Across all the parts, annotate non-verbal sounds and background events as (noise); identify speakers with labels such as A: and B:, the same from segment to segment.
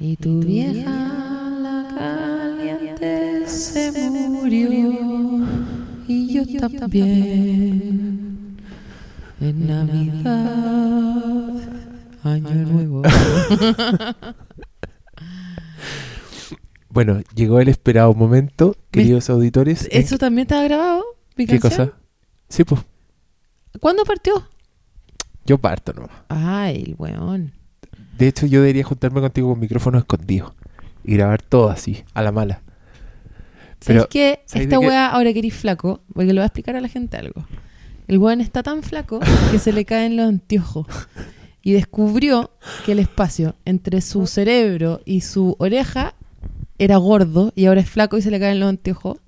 A: Y tu vieja la caliente se murió y yo también. En Navidad, Año Nuevo.
B: Bueno, llegó el esperado momento, queridos auditores. en-
A: ¿Eso también estaba grabado? mi
B: ¿Qué
A: canción?
B: cosa? Sí, pues,
A: ¿Cuándo partió?
B: yo parto nomás.
A: Ay, el weón.
B: De hecho, yo debería juntarme contigo con micrófono escondido y grabar todo así, a la mala.
A: ¿Sabes
B: Pero,
A: qué?
B: ¿sabes
A: Esta
B: de qué?
A: weá, ahora que eres flaco, porque le voy a explicar a la gente algo. El weón está tan flaco que se le caen los anteojos. Y descubrió que el espacio entre su cerebro y su oreja era gordo y ahora es flaco y se le caen los anteojos.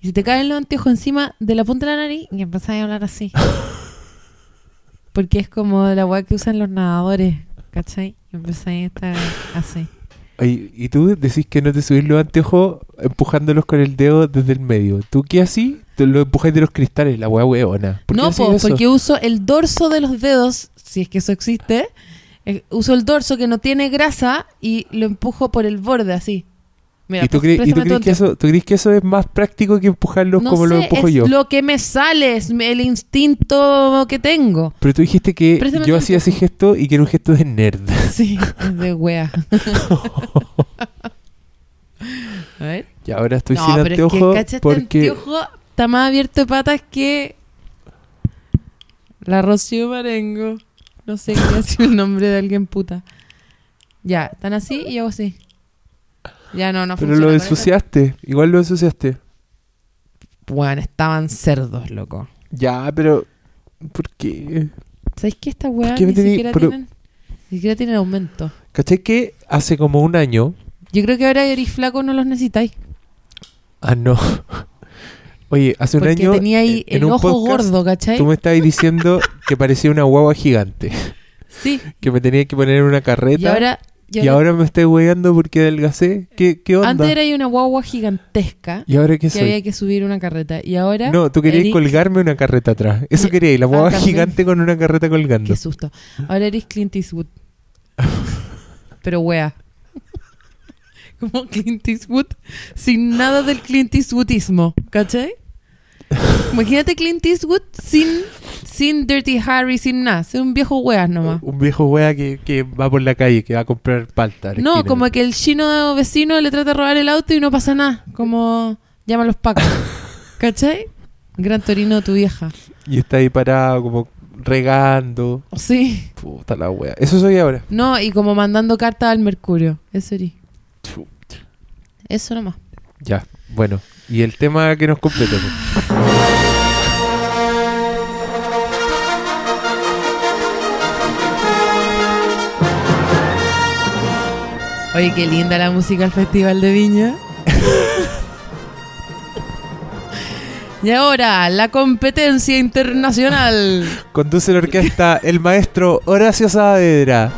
A: Y se te caen los anteojos encima de la punta de la nariz y empezás a hablar
B: (laughs)
A: así. Porque es como la weá que usan los nadadores, ¿cachai? Y empezáis a estar así.
B: Oye, y tú decís que no te subís los anteojos empujándolos con el dedo desde el medio. ¿Tú qué así? Te lo empujáis de los cristales, la hueá hueona. ¿Por qué
A: No,
B: hacís
A: po,
B: eso?
A: porque uso el dorso de los dedos, si es que eso existe. eh, Uso el dorso que no tiene grasa y lo empujo por el borde así. Mira,
B: ¿Y tú,
A: pues,
B: cre- y tú
A: préstame todo el
B: crees que
A: tiempo.
B: eso, tú crees que eso es más práctico que empujarlos
A: No
B: como lo
A: sé,
B: empujo
A: es
B: yo?
A: lo que me sale, es el instinto que tengo. (laughs)
B: Pero tú dijiste que
A: Préstame
B: yo
A: todo el
B: hacía ese gesto y que era un gesto de nerd. (laughs)
A: Sí, es de wea. (laughs) A ver.
B: Y ahora estoy
A: no,
B: sin
A: pero es
B: anteojo
A: que cacha, este
B: porque...
A: anteojo está más abierto de patas que la Rocío Marengo. No sé qué es el nombre de alguien puta. Ya, están así y yo hago así. Ya no, no
B: Pero
A: funciona
B: lo
A: con
B: ensuciaste, igual lo ensuciaste.
A: esta- Bueno, estaban cerdos, loco.
B: Ya, pero... ¿Por qué?
A: ¿Sabes qué esta weá
B: ¿Por qué me
A: ni
B: tení-
A: siquiera
B: pero-
A: tienen? Ni siquiera tienen aumento.
B: ¿Cachai que hace como un año...
A: Yo creo que ahora que eres flaco no los necesitáis.
B: Ah, no. (laughs) Oye, hace un
A: Porque
B: año...
A: tenía ahí
B: en
A: el
B: un
A: ojo
B: podcast,
A: gordo, ¿cachai?
B: Tú
A: (laughs)
B: me estabas diciendo que parecía una guagua gigante. (laughs)
A: Sí.
B: Que me tenía que poner en una carreta.
A: Y ahora, y
B: y
A: ahora-
B: ahora me estoy weando porque adelgacé. ¿Qué, qué onda?
A: antes era ahí una guagua gigantesca.
B: ¿Y ahora qué
A: que
B: soy?
A: había que subir una carreta. Y ahora.
B: No, tú querías
A: eres-
B: colgarme una carreta atrás. Eso
A: Ya-
B: querías, la guagua
A: ah, también.
B: gigante con una carreta colgando.
A: Qué susto. Ahora eres Clint
B: (laughs)
A: Eastwood. Pero wea. Como Clint Eastwood. Sin nada del Clint Eastwoodismo. ¿Cachai? Imagínate Clint Eastwood sin, sin Dirty Harry, sin nada. Ser un viejo wea nomás.
B: Un viejo wea que, que va por la calle, que va a comprar palta. a la
A: No,
B: esquina.
A: como que el chino vecino le trata de robar el auto y no pasa nada. Como llama a los pacos.
B: (laughs)
A: ¿Cachai? Gran Torino, tu vieja.
B: Y está ahí parado, como regando.
A: Sí.
B: Puta la wea. Eso soy ahora.
A: No, y como mandando cartas al Mercurio. Eso era.
B: Chu.
A: Eso nomás.
B: Ya, bueno. Y el tema que nos completó. pues.
A: Oye, qué linda la música al Festival de (laughs) Viña. y ahora, la competencia internacional.
B: Conduce la orquesta el maestro Horacio Saavedra.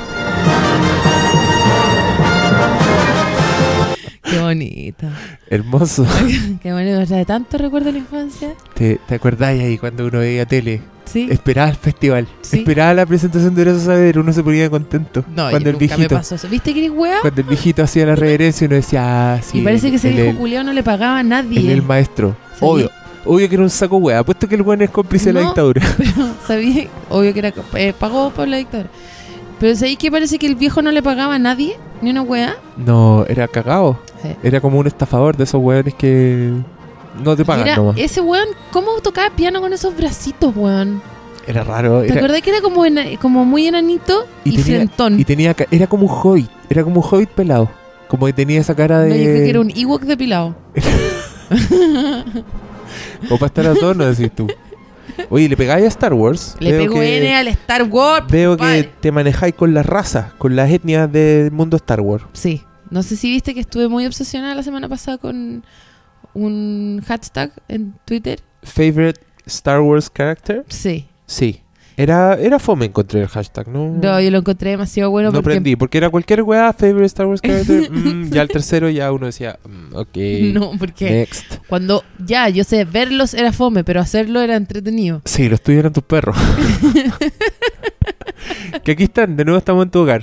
A: Qué bonita.
B: Hermoso.
A: (laughs) Qué bonito. Trae tanto recuerdo de la infancia.
B: ¿Te, te acordáis ahí cuando uno veía tele?
A: Sí.
B: Esperaba el festival.
A: Sí.
B: Esperaba la presentación de Horacio Saavedra. Uno se ponía contento.
A: No,
B: cuando
A: yo nunca
B: el
A: me
B: viejito.
A: pasó eso. ¿Viste que eres wea?
B: Cuando el viejito hacía la reverencia, uno decía, ah, sí.
A: y parece que ese
B: él es
A: viejo culiao no le pagaba a
B: el, él
A: nadie.
B: es
A: (laughs)
B: el maestro.
A: Sí. (laughs)
B: Obvio. Obvio que era un saco hueá. Apuesto que el weón es cómplice de la
A: No.
B: dictadura.
A: Pero sabía, obvio que era eh, pagó por la dictadura. Pero ¿sabéis que parece que el viejo no le pagaba a nadie? Ni una wea.
B: No, era cagado.
A: Sí.
B: Era como un estafador de esos weones que no te pagan
A: Mira, eh,
B: nomás.
A: ese weón, ¿cómo tocaba piano con esos bracitos, weón?
B: Era raro.
A: ¿Te
B: era-
A: acordás que era como, ena- como muy enanito
B: Y
A: y,
B: tenía-
A: frentón?
B: y tenía ca- era como un hobbit. Era como un hobbit pelado. Como que tenía esa cara de.
A: No, yo creo que era un Ewok depilado.
B: O para estar a tono, decís
A: (laughs)
B: tú. Oye, ¿le pegáis a Star Wars?
A: Le
B: Veo
A: pegó
B: que-
A: N al Star Wars.
B: Veo que
A: compadre.
B: te manejáis con las razas, con las etnias del mundo Star Wars.
A: Sí. No sé si viste que estuve muy obsesionada la semana pasada con un hashtag en Twitter.
B: Favorite Star Wars character?
A: Sí.
B: Sí. Era, era fome encontré el hashtag, ¿no?
A: No, yo lo encontré demasiado bueno
B: Mm. no
A: porque...
B: aprendí, porque era cualquier weá, favorite Star Wars
A: (laughs)
B: character. mm, ya el tercero ya uno decía, mm, ok.
A: No, porque
B: Next.
A: cuando... Ya, yo sé, verlos era (laughs) fome, pero hacerlo era entretenido.
B: Sí, los tuyos eran tus perros. Que aquí están, de nuevo estamos en tu hogar.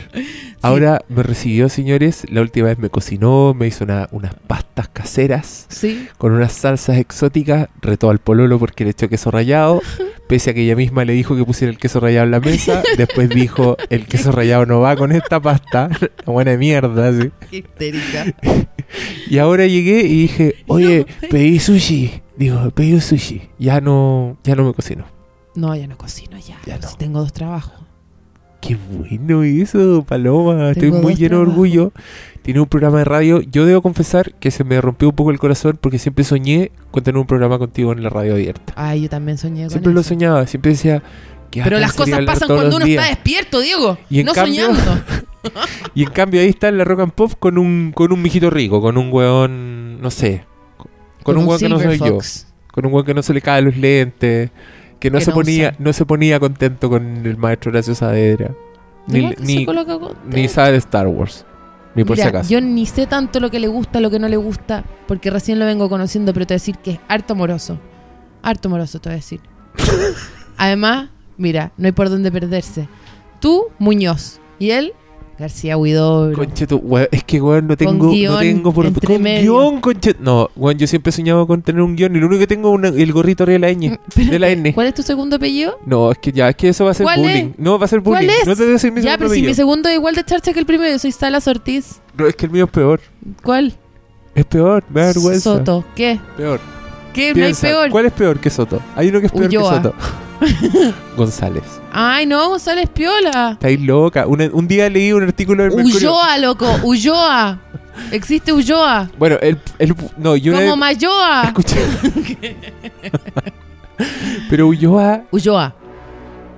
B: Ahora me recibió, señores. La última vez me cocinó, me hizo una- unas pastas caseras (laughs)
A: Sí,
B: con unas salsas exóticas. Retó al pololo porque le echó queso
A: (laughs)
B: rallado. Pese a que ella misma le dijo que pusiera el queso rallado en la mesa. Después dijo, el queso rallado no va con esta pasta. (laughs) La buena mierda, sí.
A: qué histérica.
B: (laughs) Y ahora llegué y dije, oye,
A: No.
B: pedí sushi. Digo, pedí un sushi. Ya no, ya no me cocino.
A: No, ya no cocino ya.
B: Ya no.
A: Si tengo dos trabajos.
B: Qué bueno eso, Paloma. Estoy
A: Tengo
B: muy
A: dos
B: lleno de
A: trabajos.
B: orgullo. Tiene un programa de radio. Yo debo confesar que se me rompió un poco el corazón porque siempre soñé con tener un programa contigo en la radio abierta.
A: Ay, Ah, yo también soñé con
B: Siempre
A: eso.
B: lo soñaba, siempre decía que
A: Pero las cosas pasan cuando uno está despierto, Diego.
B: Y en
A: no
B: cambio-
A: soñando.
B: Y en cambio ahí está en la Rock and Pop con un, con un mijito rico, con un weón, no sé. (laughs) Con, un weón que no soy
A: Silver
B: yo.
A: Fox.
B: con un weón que no se le caen los lentes, que no
A: Que
B: se
A: no
B: ponía,
A: usa.
B: no se ponía contento con el maestro Horacio Saavedra, ni,
A: Mira que se
B: ni,
A: coloca con-
B: ni sabe de Star Wars, ni por
A: Mira,
B: si acaso.
A: Yo ni sé tanto lo que le gusta, lo que no le gusta, porque recién lo vengo conociendo, pero te voy a decir que es harto moroso. Harto moroso, te voy a
B: (laughs)
A: decir. Además, mira, no hay por dónde perderse. Tú, Muñoz, y él, García Huidobro.
B: Conchetu- weón, es que weón no tengo, no
A: guión
B: tengo por
A: entre
B: con
A: medio.
B: guión, conche- No, weón, yo siempre he soñado con tener un guión y lo único que tengo es una- el gorrito arriba de la ñ, de la N.
A: Mm, ¿Cuál es tu segundo apellido?
B: No, es que ya, es que eso va a ser
A: ¿Cuál
B: bullying. No, va a ser
A: ¿Cuál
B: bullying.
A: es?
B: No te voy a decir mi
A: ya,
B: segundo
A: pero si mi
B: apellido.
A: segundo es igual de charcha que el primero, yo soy Salas Ortiz.
B: No, es que el mío es peor.
A: ¿Cuál?
B: Es peor, me da vergüenza.
A: Soto. ¿Qué?
B: Peor.
A: ¿Qué? no
B: Piensa,
A: hay peor.
B: ¿Cuál es peor que Soto? Hay uno que es peor
A: Ulloa.
B: que Soto.
A: (laughs)
B: González.
A: Ay, no, González Piola.
B: Estáis loca. Una- un día leí un artículo del Mercurio.
A: Ulloa, loco. Ulloa. Existe Ulloa.
B: Bueno, el, el- no, yo
A: Como
B: no
A: Mayoa.
B: escuché.
A: (laughs)
B: Pero Ulloa,
A: Ulloa.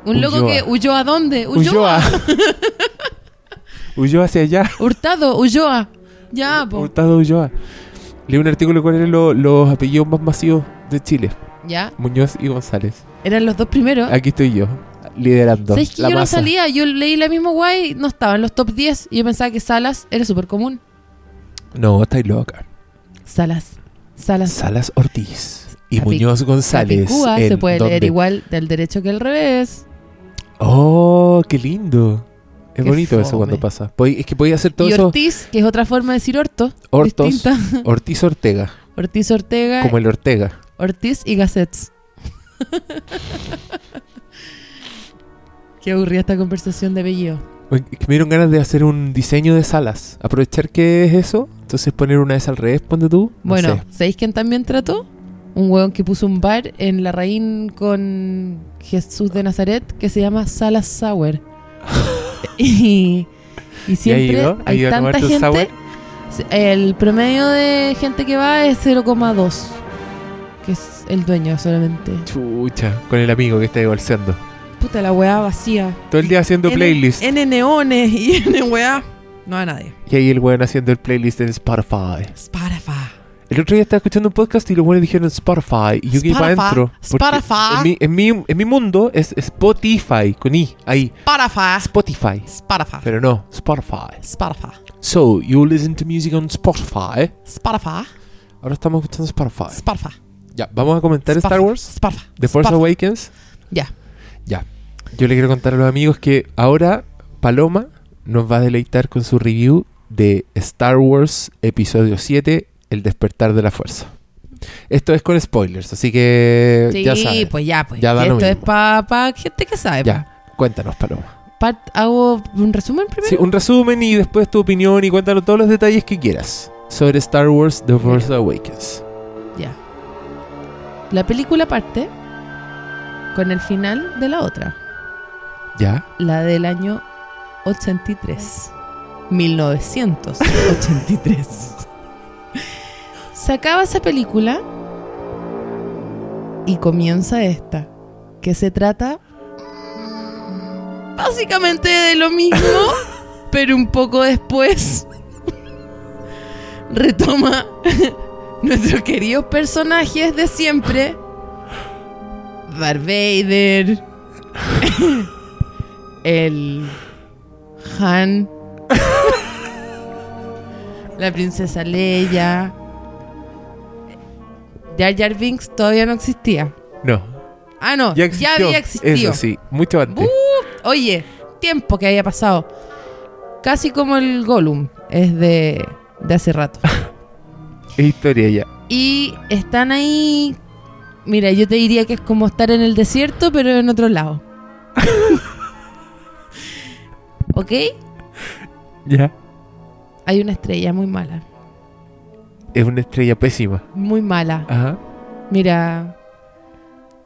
A: Un loco
B: Ulloa.
A: que huyó a dónde? Ulloa. (laughs)
B: Ulloa. Ulloa hacia allá.
A: Hurtado, Ulloa. Ya, po.
B: Hurtado Ulloa. Leí un artículo con eran lo- los apellidos más masivos de Chile.
A: Ya.
B: Muñoz y González.
A: Eran los dos primeros.
B: Aquí estoy yo, liderando.
A: ¿Sabes que
B: la
A: yo no
B: masa.
A: salía? Yo leí la misma guay, no estaba en los top 10. Y yo pensaba que Salas era súper común.
B: No, estáis loca.
A: Salas. Salas.
B: Salas Ortiz y
A: Capi-
B: Muñoz González.
A: Capicúa se
B: ¿en
A: puede leer
B: dónde?
A: igual del derecho que al revés.
B: Oh, qué lindo. Es
A: Qué
B: bonito eso
A: fome.
B: cuando pasa. Podí- Es que podía hacer todo
A: Y
B: eso.
A: Ortiz, que es otra forma de decir orto.
B: Hortos.
A: Distinta. (laughs) Ah.
B: Ortiz Ortega,
A: Ortiz Ortega,
B: como el Ortega.
A: Ortiz y Gassets. Qué aburrida esta conversación de apellido.
B: Oye, es que Me dieron ganas de hacer un diseño de salas. Aprovechar que es eso. Entonces poner una vez al revés, ponte tú. No
A: Bueno,
B: sé.
A: ¿sabéis quién también trató? Un hueón que puso un bar en la raín con Jesús de Nazaret que se llama Salas
B: (laughs)
A: Sauer. y, y
B: ¿Y
A: siempre
B: ha ido? ¿Ha
A: hay
B: ido a
A: tanta
B: tomarte un
A: gente.
B: sour?
A: El promedio de gente que va es 0,2, que es el dueño solamente.
B: Chucha, con el amigo que está golseando.
A: Puta la weá vacía.
B: Todo el día haciendo playlist. Eh,
A: N neones y (laughs) N weá. No a nadie.
B: Y ahí el weón haciendo el playlist en Spotify.
A: Spotify.
B: El otro día estaba escuchando un podcast y los buenos dijeron Spotify. Y yo que para
A: Spotify,
B: adentro. porque
A: Spotify.
B: En mi, en, mi, en mi mundo es Spotify, con I, ahí.
A: Spotify.
B: Spotify.
A: Spotify.
B: Pero no, Spotify.
A: Spotify.
B: So, you listen to music on Spotify.
A: Spotify.
B: Ahora estamos escuchando Spotify.
A: Spotify.
B: Ya, vamos a comentar Star Wars,
A: Spotify.
B: The Force
A: Spotify.
B: Awakens.
A: Ya.
B: Ya. Yo le quiero contar a los amigos que ahora Paloma nos va a deleitar con su review de Star Wars Episodio 7, El despertar de la fuerza. Esto es con spoilers, así que
A: Sí,
B: ya saben.
A: pues ya, pues.
B: Ya da
A: Si
B: lo
A: esto es
B: mismo.
A: para gente que sabe.
B: Ya, cuéntanos Paloma.
A: pues. Part- hago un resumen primero.
B: Sí, un resumen y después tu opinión y cuéntanos todos los detalles que quieras sobre Star Wars The Force Awakens.
A: Ya. La película parte con el final de la otra.
B: ¿Ya?
A: La del año 83. 1983. Se acaba esa película y comienza esta, que se trata mm, básicamente de lo mismo, pero un poco después (laughs) retoma (laughs) nuestros queridos personajes de siempre. Darth Vader, el Han, la princesa Leia. Jar Jar Binks todavía no existía.
B: No.
A: Ah, no,
B: Ya
A: ya,
B: existió.
A: había existido.
B: Eso sí, mucho antes.
A: Bu- Oye, tiempo que había pasado. Casi como el Gollum, es de, de hace rato.
B: Es historia ya.
A: Y están ahí. Mira, yo te diría que es como estar en el desierto, pero en otro lado. ¿Ok?
B: Ya.
A: Hay una estrella muy mala.
B: Es una estrella pésima.
A: Muy mala.
B: Ajá.
A: Mira,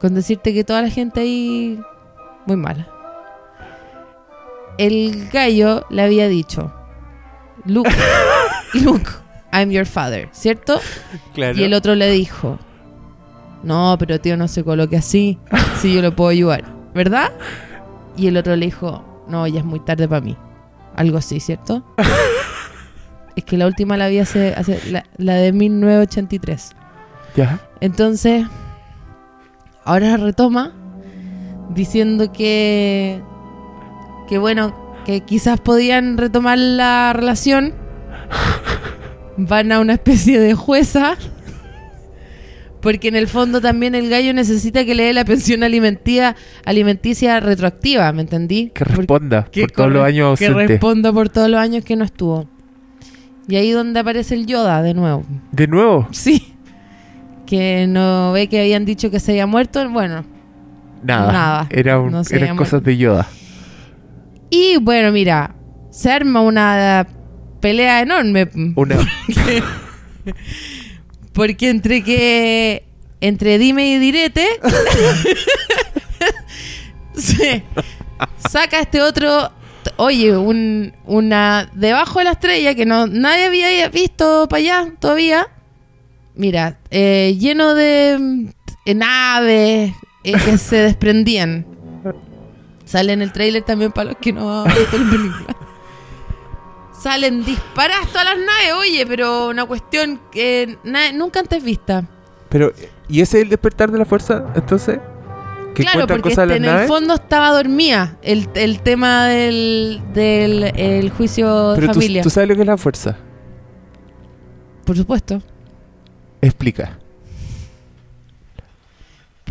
A: con decirte que toda la gente ahí. Muy mala. El gallo le había dicho: Luke, Luke, I'm your father, ¿cierto?
B: Claro.
A: Y el otro le dijo, no, pero tío, no se coloque así, si yo lo puedo ayudar, ¿verdad? Y el otro le dijo, no, ya es muy tarde para mí. Algo así, ¿cierto? es que la última la vi hace, hace- la, la de 1983.
B: Ya.
A: Entonces, ahora retoma diciendo que, que bueno, que quizás podían retomar la relación. Van a una especie de jueza. Porque en el fondo también el gallo necesita que le dé la pensión alimenticia, alimenticia retroactiva, ¿me entendí?
B: Que
A: Porque-
B: responda
A: que
B: por todos
A: corre-
B: los años
A: Que
B: ausentes.
A: responda por todos los años que no estuvo. Y ahí donde aparece el Yoda de nuevo.
B: De nuevo.
A: Sí. Que no ve que habían dicho que se había muerto. Bueno.
B: Nada.
A: Nada.
B: Era un-
A: No sé,
B: eran
A: amor.
B: cosas de Yoda.
A: Y bueno, mira. Se arma una pelea enorme.
B: Una.
A: Porque entre que. Entre dime y direte. (laughs) se saca este otro. Oye, un, una. Debajo de la estrella que no nadie había visto para allá todavía. Mira, eh, lleno de mm, eh, naves eh, que se desprendían. Sale en el tráiler también para los que no han visto la película. Salen disparadas todas las naves, oye, pero una cuestión que na- nunca antes vista.
B: (laughs) Pero, ¿y ese es el despertar de la fuerza? Entonces, que
A: claro,
B: encuentran
A: porque
B: cosas
A: este, en
B: en las
A: el
B: naves.
A: fondo estaba dormida el, el tema del, del el juicio de
B: Pero tú,
A: familia.
B: tú sabes lo que es la fuerza.
A: Por supuesto.
B: Explica.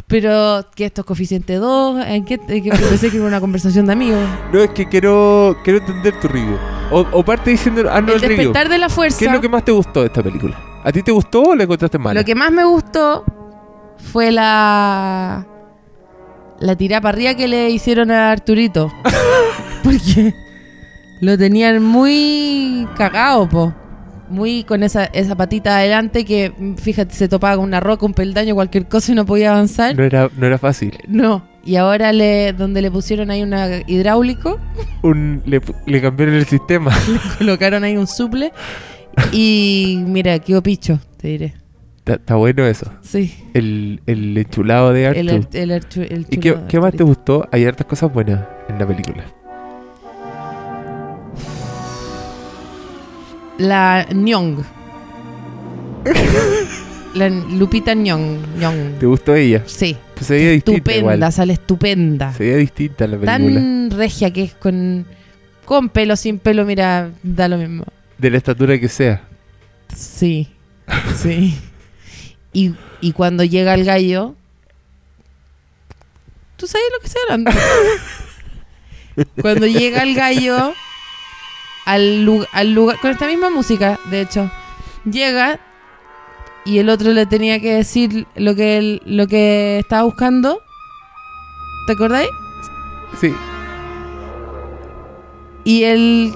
A: Pero que esto es coeficiente 2, en qué, en qué- pensé que era una conversación de amigos.
B: No, es que quiero, quiero entender tu review. O, o parte diciendo, ah, (laughs) no,
A: el
B: el, review.
A: despertar de la fuerza.
B: ¿Qué es lo que más te gustó de esta película? ¿A ti te gustó o la encontraste mala?
A: Lo que más me gustó fue la. La tirada para arriba que le hicieron a
B: (laughs)
A: Arturito. Porque lo tenían muy cagado, po. Muy con esa, esa patita adelante que, mm, fíjate, se topaba con una roca, un peldaño, cualquier cosa y no podía avanzar.
B: no, era, no era fácil.
A: No. Y ahora le, donde le pusieron ahí un hidráulico, (laughs)
B: Un, le, le cambiaron el sistema. (laughs)
A: colocaron ahí un suple. Y mira, quedó picho, te diré.
B: Está está bueno eso.
A: Sí.
B: El, el enchulado de Arthur.
A: El, Artu- el Artu- el
B: ¿Y
A: chulo
B: qué,
A: de
B: qué más te
A: Arturito.
B: gustó? Hay hartas cosas buenas en la película.
A: La Nyong. La Lupita Nyong. Nyong.
B: ¿Te gustó ella?
A: Sí.
B: Pues se veía distinta
A: Estupenda,
B: igual.
A: sale estupenda.
B: Se veía distinta en la película.
A: Tan regia que es con. Con pelo, sin pelo, mira, da lo mismo.
B: De la estatura que sea.
A: Sí. Sí. Y, y cuando llega el gallo. ¿Tú sabes lo que estoy hablando? cuando llega el gallo al, lu- al lugar. Con esta misma música, de hecho. Llega y el otro le tenía que decir lo que, él- lo que estaba buscando. ¿Te acordáis?
B: Sí.
A: Y él.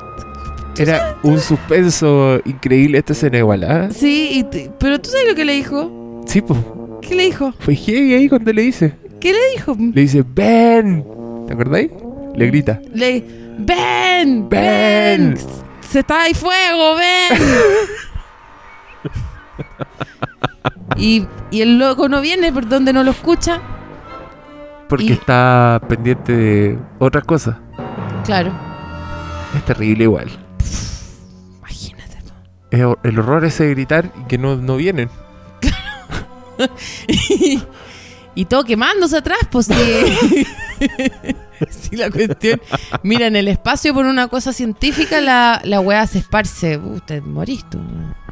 B: Era un suspenso increíble esta escena igual, ¿ah?
A: Sí, y t- pero ¿tú sabes lo que le dijo?
B: Sí, pues.
A: ¿Qué le dijo?
B: Fue heavy ahí cuando le dice.
A: ¿Qué le dijo?
B: Le dice, ven. ¿Te acordáis? Le grita.
A: Le ven,
B: Ven.
A: ven, se está ahí fuego,
B: (laughs)
A: ven. y, y el loco no viene por donde no lo escucha.
B: Porque
A: Y-
B: está pendiente de otras cosas.
A: Claro,
B: Es terrible igual.
A: imagínate. (laughs) po.
B: Es hor- el horror ese de gritar y que no, no vienen.
A: y todo quemándose atrás, pues sí. (laughs) sí, la cuestión. Mira, en el espacio por una cosa científica la, la weá se esparce. Uh, te morís tú.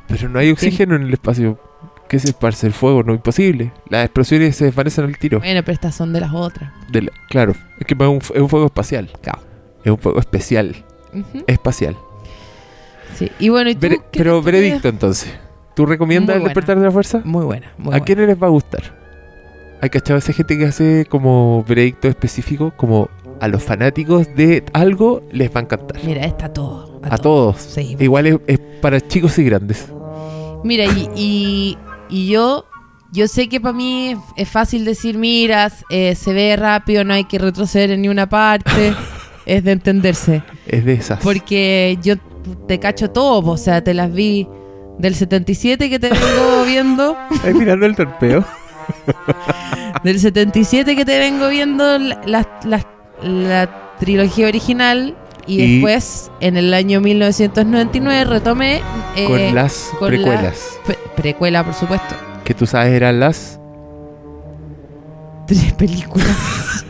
B: Pero no hay oxígeno en el espacio. ¿Qué se esparce el fuego? No, imposible. Las explosiones se desvanecen al tiro.
A: Bueno, pero estas son de las otras.
B: De la- claro, es que es un, es un fuego espacial.
A: Claro.
B: Es un juego especial,
A: Ujú.
B: espacial.
A: Sí. Y bueno, ¿y tú
B: Vere-
A: qué
B: pero
A: tanto
B: veredicto entonces. ¿Tú
A: Muy
B: recomiendas el
A: buena.
B: despertar de la fuerza?
A: crees? Muy buena, muy
B: ¿A
A: buena.
B: quiénes les va a gustar? Hay cachado esa gente que hace como veredicto específico, como a los fanáticos de algo les va a encantar.
A: Mira, está todo.
B: A, todos.
A: Sí.
B: Igual es, es para chicos y grandes.
A: Mira, y, y- y yo, yo sé que para mí es- es fácil decir, miras, eh, se ve rápido, no hay que retroceder en ni una
B: (laughs)
A: parte. es de entenderse.
B: Es de esas.
A: Porque yo te cacho todo, o sea, te las vi del 77 que te
B: (laughs)
A: vengo viendo,
B: Estás mirando el torpeo.
A: del 77 que te vengo viendo la, la- la- la trilogía original. Y,
B: Y-
A: después, en el año 1999, retomé (laughs) eh,
B: con las
A: con la-
B: precuelas.
A: pre- precuela, por supuesto.
B: Que tú sabes eran las.
A: tres películas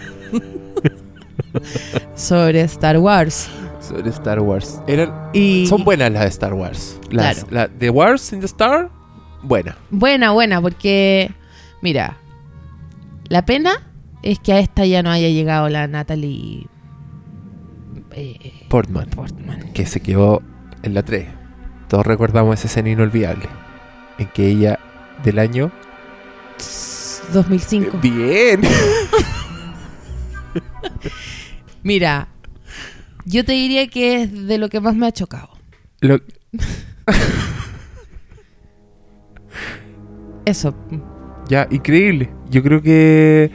A: sobre Star Wars.
B: Sobre Star Wars. Eran,
A: Y
B: son buenas las de Star Wars. Las,
A: Claro.
B: la- The Wars in the Star, buena.
A: buena, buena, porque mira, la pena es que a esta ya no haya llegado la Natalie eh,
B: Portman.
A: Portman.
B: que se quedó en la 3. Todos recordamos esa escena inolvidable en que ella del año Eh,
A: 2005.
B: bien (laughs)
A: Mira, yo te diría que es de lo que más me ha chocado.
B: Lo-
A: Eso.
B: ya increíble. Yo creo que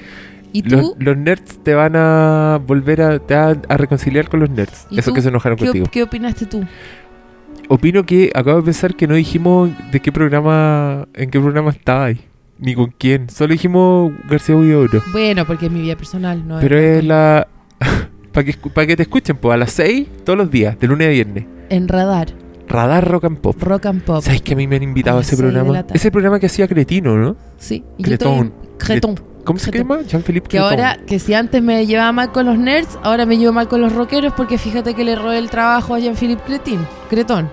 A: ¿Y tú?
B: los, los nerds te van a volver a, te van a reconciliar con los nerds.
A: ¿Y
B: Eso
A: tú?
B: que se enojaron
A: ¿Qué,
B: contigo.
A: op- qué opinaste tú?
B: Opino que acabo de pensar que no dijimos de qué programa en qué programa estaba ahí ni con quién. Solo dijimos García Huidobro.
A: Bueno, porque es mi vida personal, no
B: Pero es la (laughs) para que escu- pa' que te escuchen pues a las 6 todos los días, de lunes a viernes.
A: enradar,
B: Radar Rock and Pop.
A: rock and pop.
B: ¿Sabes que a mí me han invitado
A: A
B: a
A: las
B: ese
A: seis de
B: programa?
A: la tarde.
B: Ese programa que hacía Cretino, ¿no?
A: Sí, y
B: Cretón.
A: yo estoy en Cretón.
B: ¿Cómo se
A: Cretón.
B: llama? Jean-Philippe
A: Que
B: Cretón.
A: ahora, que si antes me llevaba mal con los nerds, ahora me llevo mal con los rockeros porque fíjate que le robé el trabajo a Jean-Philippe Cretin, Cretón.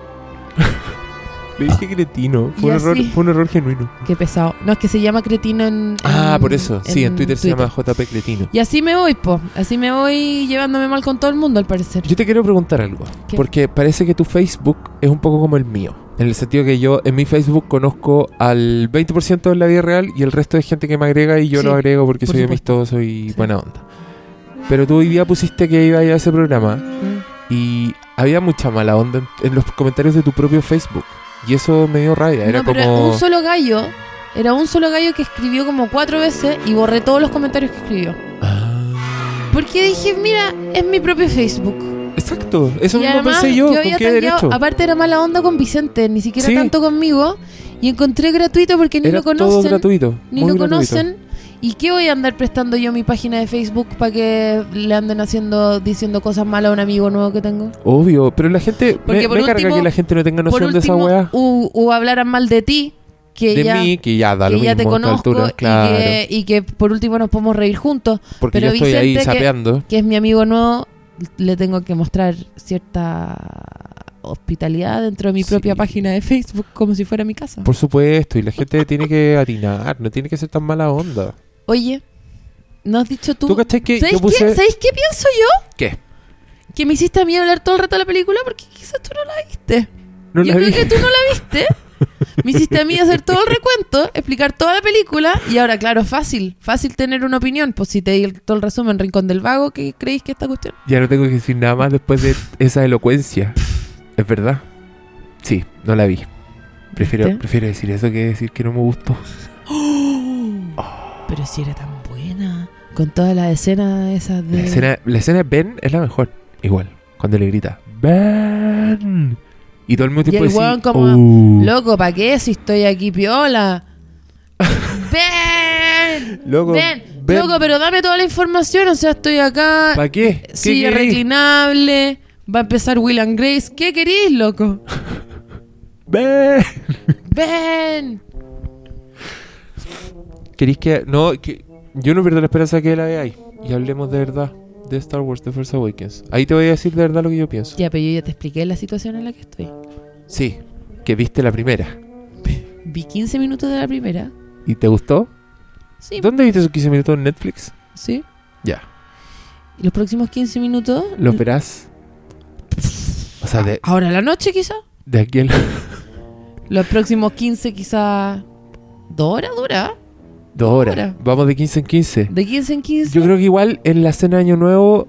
B: Le dije Cretino. Fue
A: Y
B: un, error,
A: así.
B: fue un error genuino.
A: Qué pesado. No, es que se llama Cretino en...
B: Ah,
A: en-
B: por eso. Sí, en Twitter, se llama JP Cretino.
A: Y así me voy, po. Así me voy llevándome mal con todo el mundo, al parecer.
B: Yo te quiero preguntar algo.
A: ¿Qué?
B: Porque parece que tu Facebook es un poco como el mío. En el sentido que yo en mi Facebook conozco al 20% de la vida real y el resto de gente que me agrega y yo
A: Sí,
B: lo agrego porque
A: por
B: soy
A: supuesto.
B: amistoso y
A: Sí.
B: buena onda. Pero tú hoy día pusiste que iba a ir a ese programa.
A: Mm.
B: Y había mucha mala onda en, en los comentarios de tu propio Facebook. Y eso me dio rabia. Era
A: no, pero
B: como.
A: un solo gallo, era un solo gallo que escribió como cuatro veces y borré todos los comentarios que escribió.
B: Ah,
A: Porque dije, mira, es mi propio Facebook.
B: exacto. Eso
A: Y
B: mismo
A: además,
B: pensé yo. ¿Con
A: había
B: qué
A: tanqueado-
B: derecho?
A: Aparte era mala onda con Vicente, ni siquiera
B: Sí.
A: tanto conmigo. Y encontré gratuito porque ni
B: Era
A: lo
B: todo
A: conocen.
B: gratuito.
A: Ni
B: muy
A: lo
B: gratuito.
A: conocen. ¿Y qué voy a andar prestando yo mi página de Facebook para que le anden haciendo, diciendo cosas malas a un amigo nuevo que tengo?
B: Obvio. Pero la gente.
A: Porque
B: me
A: por
B: me carga
A: último-
B: que la gente no tenga
A: Por
B: noción de esa
A: último,
B: weá.
A: o, o hablaran mal de ti, que
B: De
A: ya,
B: mí, que ya da
A: que
B: lo mismo.
A: ya te
B: a esta
A: conozco
B: altura,
A: y,
B: claro.
A: que, y que por último nos podemos reír juntos,
B: Porque
A: pero
B: yo estoy ahí
A: Vicente que-
B: sapeando.
A: que es mi amigo nuevo, le tengo que mostrar cierta hospitalidad dentro de mi
B: Sí.
A: propia página de Facebook como si fuera mi casa.
B: Por supuesto. Y la gente tiene que atinar. No tiene que ser tan mala onda.
A: Oye, ¿no has dicho tú?
B: ¿Tú, cachai que
A: ¿Sabéis
B: yo
A: qué?
B: puse.
A: ¿Sabéis qué pienso yo?
B: ¿Qué?
A: Que me hiciste a mí hablar todo el rato de la película porque quizás tú no la viste.
B: No
A: yo
B: la
A: creo
B: vi.
A: que tú no la viste. Me hiciste a mí hacer todo el recuento, explicar toda la película y ahora, claro, fácil, fácil tener una opinión. Pues si te di el- todo el resumen, Rincón del Vago, ¿qué creéis que esta cuestión?
B: (laughs) Ya no tengo que decir nada más después de esa elocuencia. Es verdad. Sí, no la vi. Prefiero,
A: ¿Viste?
B: prefiero decir eso que decir que no me gustó.
A: ¡Oh! Pero si era tan buena, con toda la escena esa de...
B: La escena, la escena de Ben es la mejor. Igual. Cuando le grita, Ben. Y todo el mundo
A: Y
B: tiempo
A: el
B: decir,
A: weón como,
B: "Oh".
A: Loco, ¿para qué si estoy aquí piola?
B: (laughs)
A: ¡Ven!
B: Loco,
A: ¡Ven!
B: ven.
A: Loco, pero dame toda la información, o sea, estoy acá,
B: ¿Para qué? ¿Qué
A: silla
B: querís?
A: reclinable, va a empezar Will and Grace, ¿qué querís, loco?
B: Ben.
A: ¡Ven!
B: ¿Querís que.? No, que. Yo no pierdo la esperanza que la veáis. Y hablemos de verdad de Star Wars The First Awakens. Ahí te voy a decir de verdad lo que yo pienso.
A: Ya, pero yo ya te expliqué la situación en la que estoy.
B: Sí, que viste la primera.
A: Vi 15 minutos de la primera.
B: ¿Y te gustó?
A: Sí,
B: ¿Dónde viste esos 15 minutos en Netflix?
A: sí.
B: Ya.
A: Y los próximos 15 minutos.
B: ¿Lo verás? O sea, de,
A: Ahora en la noche, quizá.
B: de aquí en
A: Los próximos 15, quizá. ¿Dos horas dura?
B: (laughs) dos horas.
A: Ahora.
B: Vamos de 15 en 15.
A: ¿De 15 en 15?
B: Yo creo que igual en la cena de Año Nuevo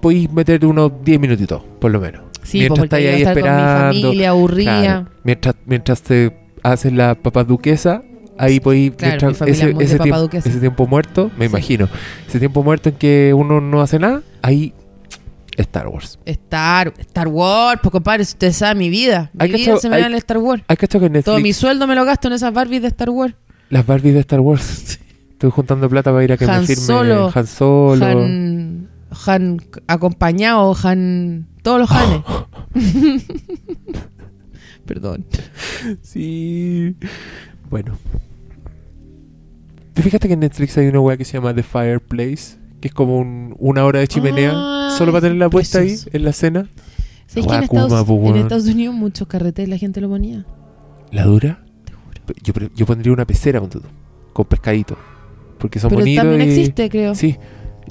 B: podéis meter unos 10 minutitos, por lo menos.
A: sí,
B: mientras
A: pues, porque
B: estáis
A: iba a
B: ahí
A: estar con mi
B: esperando,
A: familia aburrida.
B: Claro. Mientras, mientras te haces la papaduquesa, ahí podéis.
A: Claro,
B: mientras-
A: mi familia es muy de
B: ese, tiempo,
A: papaduquesa.
B: ese tiempo muerto, me
A: Sí.
B: imagino. Ese tiempo muerto en que uno no hace nada, ahí. Star Wars.
A: Star, Star Wars, pues compadre, si ustedes saben mi vida. Mi
B: Hay
A: vida
B: cachado-
A: se me
B: hay-
A: va en el Star Wars.
B: ¿Has cachado que en
A: Todo mi
B: Netflix
A: sueldo me lo gasto en esas Barbies de Star Wars.
B: las Barbies de Star
A: (laughs)
B: Wars? Estoy juntando plata para ir a que
A: Han
B: me firme
A: Solo.
B: Han Solo.
A: Han, Han acompañado, Han. Todos los Hanes.
B: Ah. (laughs)
A: Perdón.
B: Sí. Bueno. ¿Te fijaste que en Netflix hay una weá que se llama The Fireplace? Que es como un- una hora de chimenea.
A: Ay,
B: solo para tenerla puesta ahí
A: precioso.
B: en la cena.
A: ¿Sabes que en
B: Guau, Kuma,
A: Estados,
B: po,
A: en
B: weón.
A: Estados Unidos muchos carretes la gente lo ponía?
B: ¿La dura?
A: Te juro.
B: Yo, pre- yo pondría una pecera con, con pescadito. Porque son
A: Pero
B: bonitos.
A: también
B: y-
A: existe, creo.
B: Sí.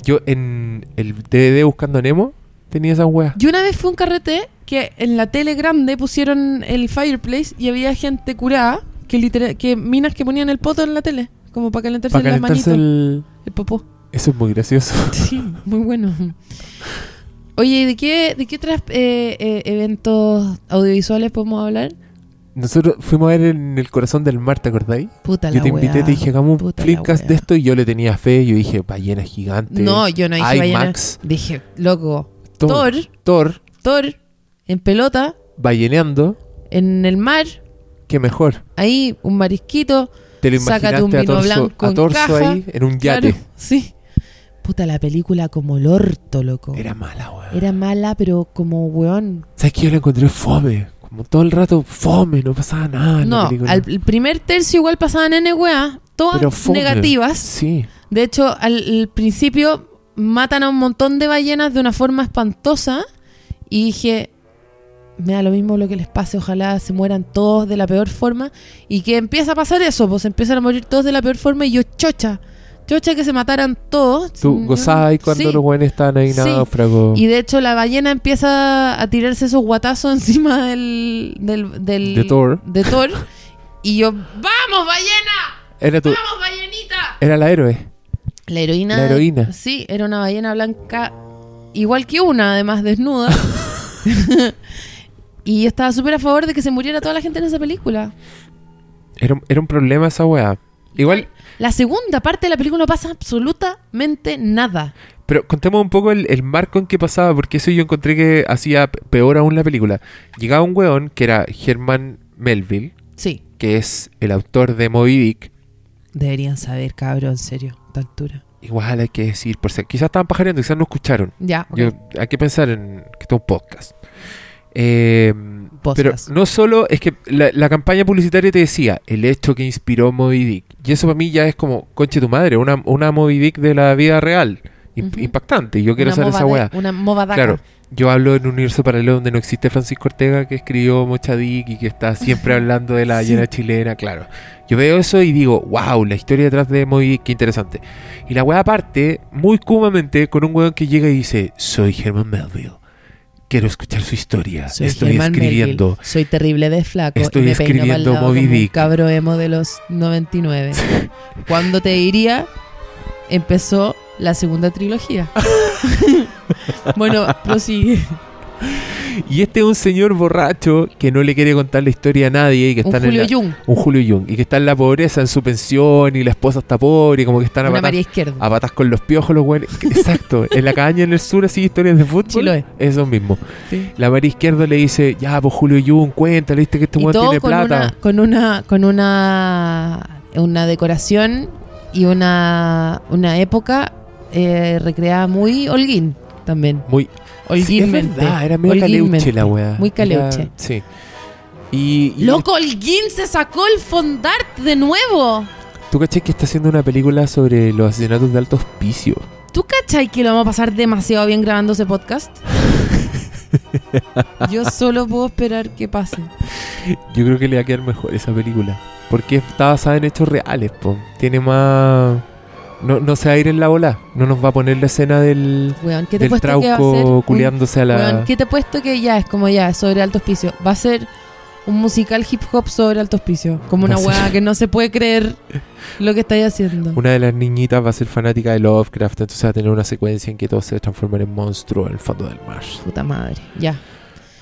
B: Yo en el DVD Buscando a Nemo tenía esas weas.
A: Yo una vez fui a un carrete que en la tele grande pusieron el fireplace y había gente curada que litera- que minas que ponían el poto en la tele, como para calentarse
B: Para
A: las manitos,
B: calentarse
A: el...
B: el...
A: popó. (laughs)
B: Eso es muy gracioso. (laughs)
A: Sí, muy bueno. Oye, ¿y ¿de qué, de qué otros eventos audiovisuales podemos hablar?
B: Nosotros fuimos a ver en el corazón del mar, ¿te acordáis?
A: Puta
B: Yo
A: la
B: te invité,
A: weá.
B: te dije, hagamos un
A: Puta la
B: flipcast
A: weá.
B: de este. esto y yo le tenía fe. Yo dije, ballena gigante.
A: No, yo no dije ballena.
B: IMAX,
A: Dije, loco,
B: Thor,
A: Thor,
B: Thor,
A: Thor, en pelota,
B: balleneando,
A: en el mar,
B: qué mejor.
A: ahí, un marisquito,
B: Te lo
A: Sácate
B: imaginaste
A: un
B: a
A: vino
B: torso,
A: blanco
B: a
A: en
B: torso
A: caja.
B: ahí en un
A: claro,
B: yate.
A: sí. Puta, la película como el orto, loco.
B: Era mala, weón.
A: Era mala, pero como weón.
B: ¿Sabes que yo la encontré fome? Como todo el rato fome, no pasaba nada. en la
A: No,
B: película.
A: al el primer tercio igual pasaban N weá,
B: Pero
A: todas
B: fome.
A: negativas.
B: Sí.
A: De hecho, al, al principio matan a un montón de ballenas de una forma espantosa y dije, me da lo mismo lo que les pase, ojalá se mueran todos de la peor forma y que empieza a pasar eso, pues empiezan a morir todos de la peor forma y yo chocha, chocha que se mataran todos.
B: Tú
A: Yo-
B: gozabas ahí cuando
A: Mm, Sí.
B: los weones estaban ahí
A: Sí.
B: náufragos.
A: Y de hecho la ballena empieza a tirarse esos guatazos (laughs) encima del... del, del-
B: De Thor.
A: de
B: (laughs)
A: Thor. y yo, ¡vamos, ballena!
B: Era, tu,
A: ¡Vamos, ballenita!
B: era la héroe.
A: La heroína.
B: La heroína.
A: Sí, era una ballena blanca, igual que una, además
B: (laughs)
A: desnuda. (laughs) y yo estaba súper a favor de que se muriera toda la gente en esa película.
B: Era, un- era un problema esa weá. Igual,
A: La segunda parte de la película no pasa absolutamente nada.
B: Pero contemos un poco el, el marco en que pasaba, porque eso yo encontré que hacía p- peor aún la película. Llegaba un weón que era Herman Melville,
A: Sí,
B: que es el autor de Moby Dick.
A: deberían saber, cabrón, en serio, a esta altura.
B: Igual hay que decir, por si- quizás estaban pajareando, quizás no escucharon.
A: Ya, ok.
B: Yo- hay que pensar en que esto es un podcast. Eh, pero
A: Podcast.
B: no solo es que la, la campaña publicitaria te decía el hecho que inspiró Moby Dick. Y eso para mí ya es como, conche tu madre, una, una Moby Dick de la vida real. Imp-
A: Ujú.
B: Impactante. Yo quiero
A: Una
B: saber esa
A: movada-
B: weá.
A: Una movadaca.
B: Claro, yo hablo en un universo paralelo donde no existe Francisco Ortega que escribió Mochadic y que está
A: (laughs)
B: siempre hablando de la ballena chilena, claro. Yo veo eso y digo, wow, la historia detrás de Moby, Dick, qué interesante. Y la weá parte, muy cumamente, con un weón que llega y dice, soy Herman Melville, quiero escuchar su historia,
A: Soy
B: estoy
A: Germán
B: escribiendo.
A: Melville. Soy terrible de flaco.
B: Estoy
A: y me peino
B: escribiendo
A: pa'l lado
B: Moby
A: como un
B: Dick.
A: Cabro emo de los 99. Cuando te diría, empezó la segunda trilogía. (laughs) bueno, prosigue.
B: Y este es un señor borracho que no le quiere contar la historia a nadie y que
A: Un
B: está en
A: Julio
B: la-
A: Jung,
B: Un Julio Jung, y que está en la pobreza, en su pensión, y la esposa está pobre, y como que están a
A: una
B: patas
A: María Izquierda.
B: A patas con los piojos, los güeyes. (laughs) Exacto. en la cabaña en el sur, así, historias de fútbol.
A: Chiloé.
B: Eso mismo.
A: Sí.
B: La María Izquierdo le dice, ya, pues Julio Jun, cuéntale, viste que este
A: Y
B: weón
A: todo
B: tiene
A: con
B: plata.
A: una, con una, con una, una decoración y una, una época eh, recreada muy holguín también.
B: Muy... Sí, es
A: Holguínmente.
B: verdad, era medio
A: Holguínmente.
B: caleuche la weá.
A: Muy caleuche.
B: Era- sí. Y, y-
A: Loco, Holguín se sacó el fondart de nuevo.
B: ¿Tú caché que está haciendo una película sobre los asesinatos de alto hospicio? (laughs)
A: ¿Tú cachai que lo vamos a pasar demasiado bien grabando ese
B: (laughs)
A: podcast? Yo solo puedo esperar que pase.
B: Yo creo que le va a quedar mejor esa película. Porque está basada en hechos reales, po. Tiene más... No, no se va a ir en la bola. No nos va a poner la escena del,
A: Weón, ¿qué te he
B: del
A: puesto que va a ser?
B: trauco
A: un-
B: culeándose a la.
A: Weón, ¿qué te he puesto que ya es como ya, sobre alto hospicio? Va a ser un musical hip hop sobre alto hospicio. Como una
B: Va a ser-
A: weá que no se puede creer lo que estáis haciendo.
B: Una de las niñitas va a ser fanática de Lovecraft, entonces va a tener una secuencia en que todos se transforman en monstruos en el fondo del mar.
A: Puta madre. Ya.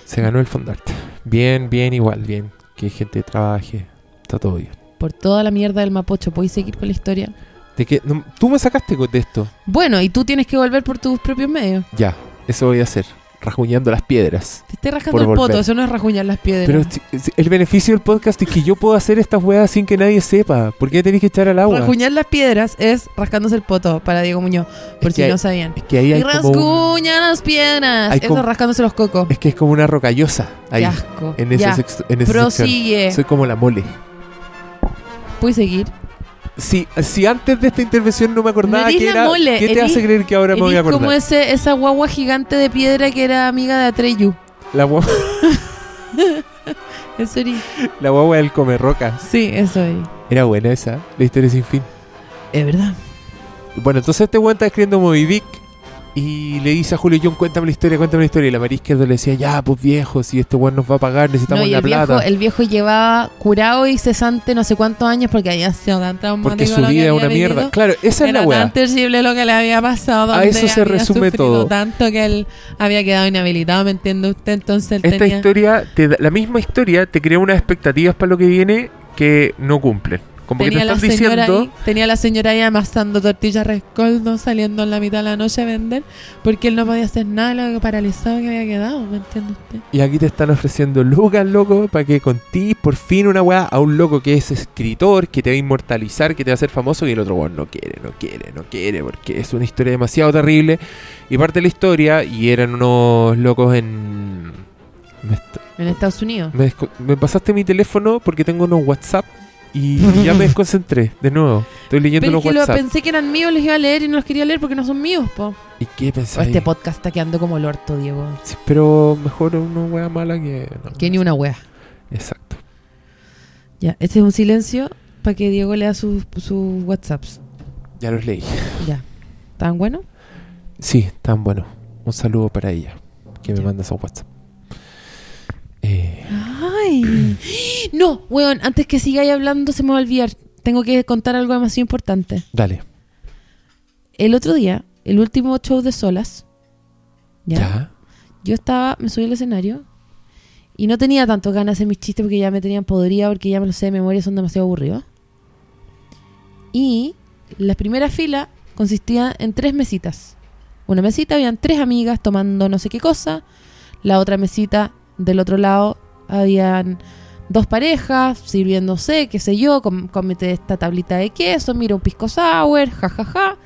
B: Se ganó el fondarte. Bien, bien, igual, bien. Que gente trabaje. Está todo bien.
A: Por toda la mierda del Mapocho, ¿podéis seguir con la historia?
B: ¿De qué? No, tú me sacaste con- de esto.
A: Bueno, y tú tienes que volver por tus propios medios.
B: Ya, eso voy a hacer. Rasguñando las piedras.
A: Te estás rajando
B: Por
A: el
B: volver.
A: poto, eso no es rajuñar las piedras.
B: Pero si- el beneficio del podcast es que yo puedo hacer estas weas sin que nadie sepa. ¿Por qué tenéis que echar al agua?
A: Rasguñar las piedras es rascándose el poto, para Diego Muñoz, por
B: Es
A: si
B: que
A: no
B: hay-
A: sabían.
B: Es que ahí
A: Y
B: hay como, un-
A: rasguña las piedras.
B: hay
A: Eso
B: como-
A: rascándose los cocos.
B: es que es como una rocallosa ahí.
A: Qué asco.
B: En esa,
A: ya.
B: sex- en esa sección.
A: Prosigue.
B: Soy como la mole.
A: ¿Puedes seguir?
B: Si, si antes de esta intervención no me acordaba
A: No eres
B: que
A: la
B: era.
A: mole,
B: ¿Qué te
A: eres-
B: hace creer que ahora me voy
A: Eres
B: a acordar?
A: como ese, esa guagua gigante de piedra que era amiga de Atreyu.
B: La, gua-
A: Eso eres.
B: (laughs) la guagua del comerroca.
A: Sí, eso eres.
B: Era buena esa. La historia sin fin.
A: Es verdad.
B: Bueno, entonces este weón está escribiendo Moby Dick y le dice a Julio John, cuéntame la historia, cuéntame la historia. Y la María Izquierdo le decía, ya, pues viejo, si este weón nos va a pagar, necesitamos
A: No, y
B: la
A: el viejo,
B: plata.
A: el viejo llevaba curado y cesante no sé cuántos años porque había sido tan traumático.
B: Porque su
A: lo que
B: vida es
A: había
B: una
A: vivido.
B: mierda. Claro, esa es
A: Era
B: la weá.
A: tan terrible lo que le había pasado.
B: A
A: donde
B: eso se
A: había
B: resume
A: sufrido
B: todo.
A: tanto que él había quedado inhabilitado, ¿me entiende usted? Entonces él
B: Esta
A: tenía...
B: historia, te da- la misma historia, te crea unas expectativas para lo que viene que no cumplen. Como que te
A: Tenía la,
B: están
A: señora
B: diciendo,
A: ahí, tenía la señora ahí amasando tortillas rescoldo, saliendo en la mitad de la noche a vender, porque él no podía hacer nada de lo que paralizado que había quedado, ¿me entiende usted?
B: y aquí te están ofreciendo lucas, loco, para que con ti por fin una weá a un loco que es escritor, que te va a inmortalizar, que te va a hacer famoso, y el otro weón no quiere, no quiere, no quiere, porque es una historia demasiado terrible. Y parte de la historia, y eran unos locos en... Me, est-
A: En Estados Unidos.
B: me desco- me pasaste mi teléfono porque tengo unos WhatsApp y
A: (laughs)
B: ya me desconcentré, de nuevo. Estoy leyendo
A: Pero es
B: unos
A: que lo,
B: WhatsApp.
A: pensé que eran míos, los iba a leer y no los quería leer porque no son míos, po.
B: ¿Y qué
A: O
B: pensáis?
A: Este podcast está quedando como el orto, Diego.
B: Sí, pero mejor una wea mala que... no.
A: Que ni una wea.
B: Exacto.
A: Ya, este es un silencio para que Diego lea sus sus WhatsApps.
B: Ya los leí.
A: Ya. ¿Tan bueno?
B: Sí, tan bueno. Un saludo para ella, que me
A: Ya.
B: manda su WhatsApp. Eh,
A: Ay. No, weón, antes que sigáis hablando se me va a olvidar. Tengo que contar algo demasiado importante.
B: dale.
A: El otro día, el último show de solas,
B: ¿Ya?
A: ¿ya? Yo estaba, me subí al escenario y no tenía tanto ganas de hacer mis chistes porque ya me tenían podrida, porque ya me los sé de memoria, son demasiado aburridos. Y la primera fila consistía en tres mesitas. Una mesita habían tres amigas tomando no sé qué cosa. La otra mesita del otro lado habían dos parejas sirviéndose, qué sé yo, com- cómete esta tablita de queso, mira un pisco sour, jajaja.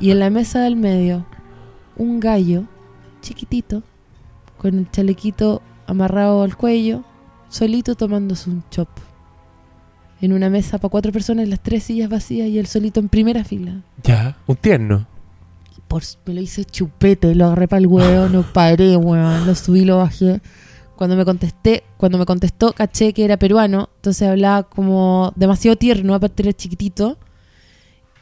A: Y en la mesa del medio, un gallo chiquitito con el chalequito amarrado al cuello, solito tomándose un chop. En una mesa para cuatro personas, las tres sillas vacías y él solito en primera fila.
B: Ya, un tierno.
A: Y por, me lo hice chupete, lo agarré para el huevo, no paré, weón, lo subí, lo bajé. Cuando me contesté, cuando me contestó, caché que era peruano, entonces hablaba como demasiado tierno, aparte era chiquitito.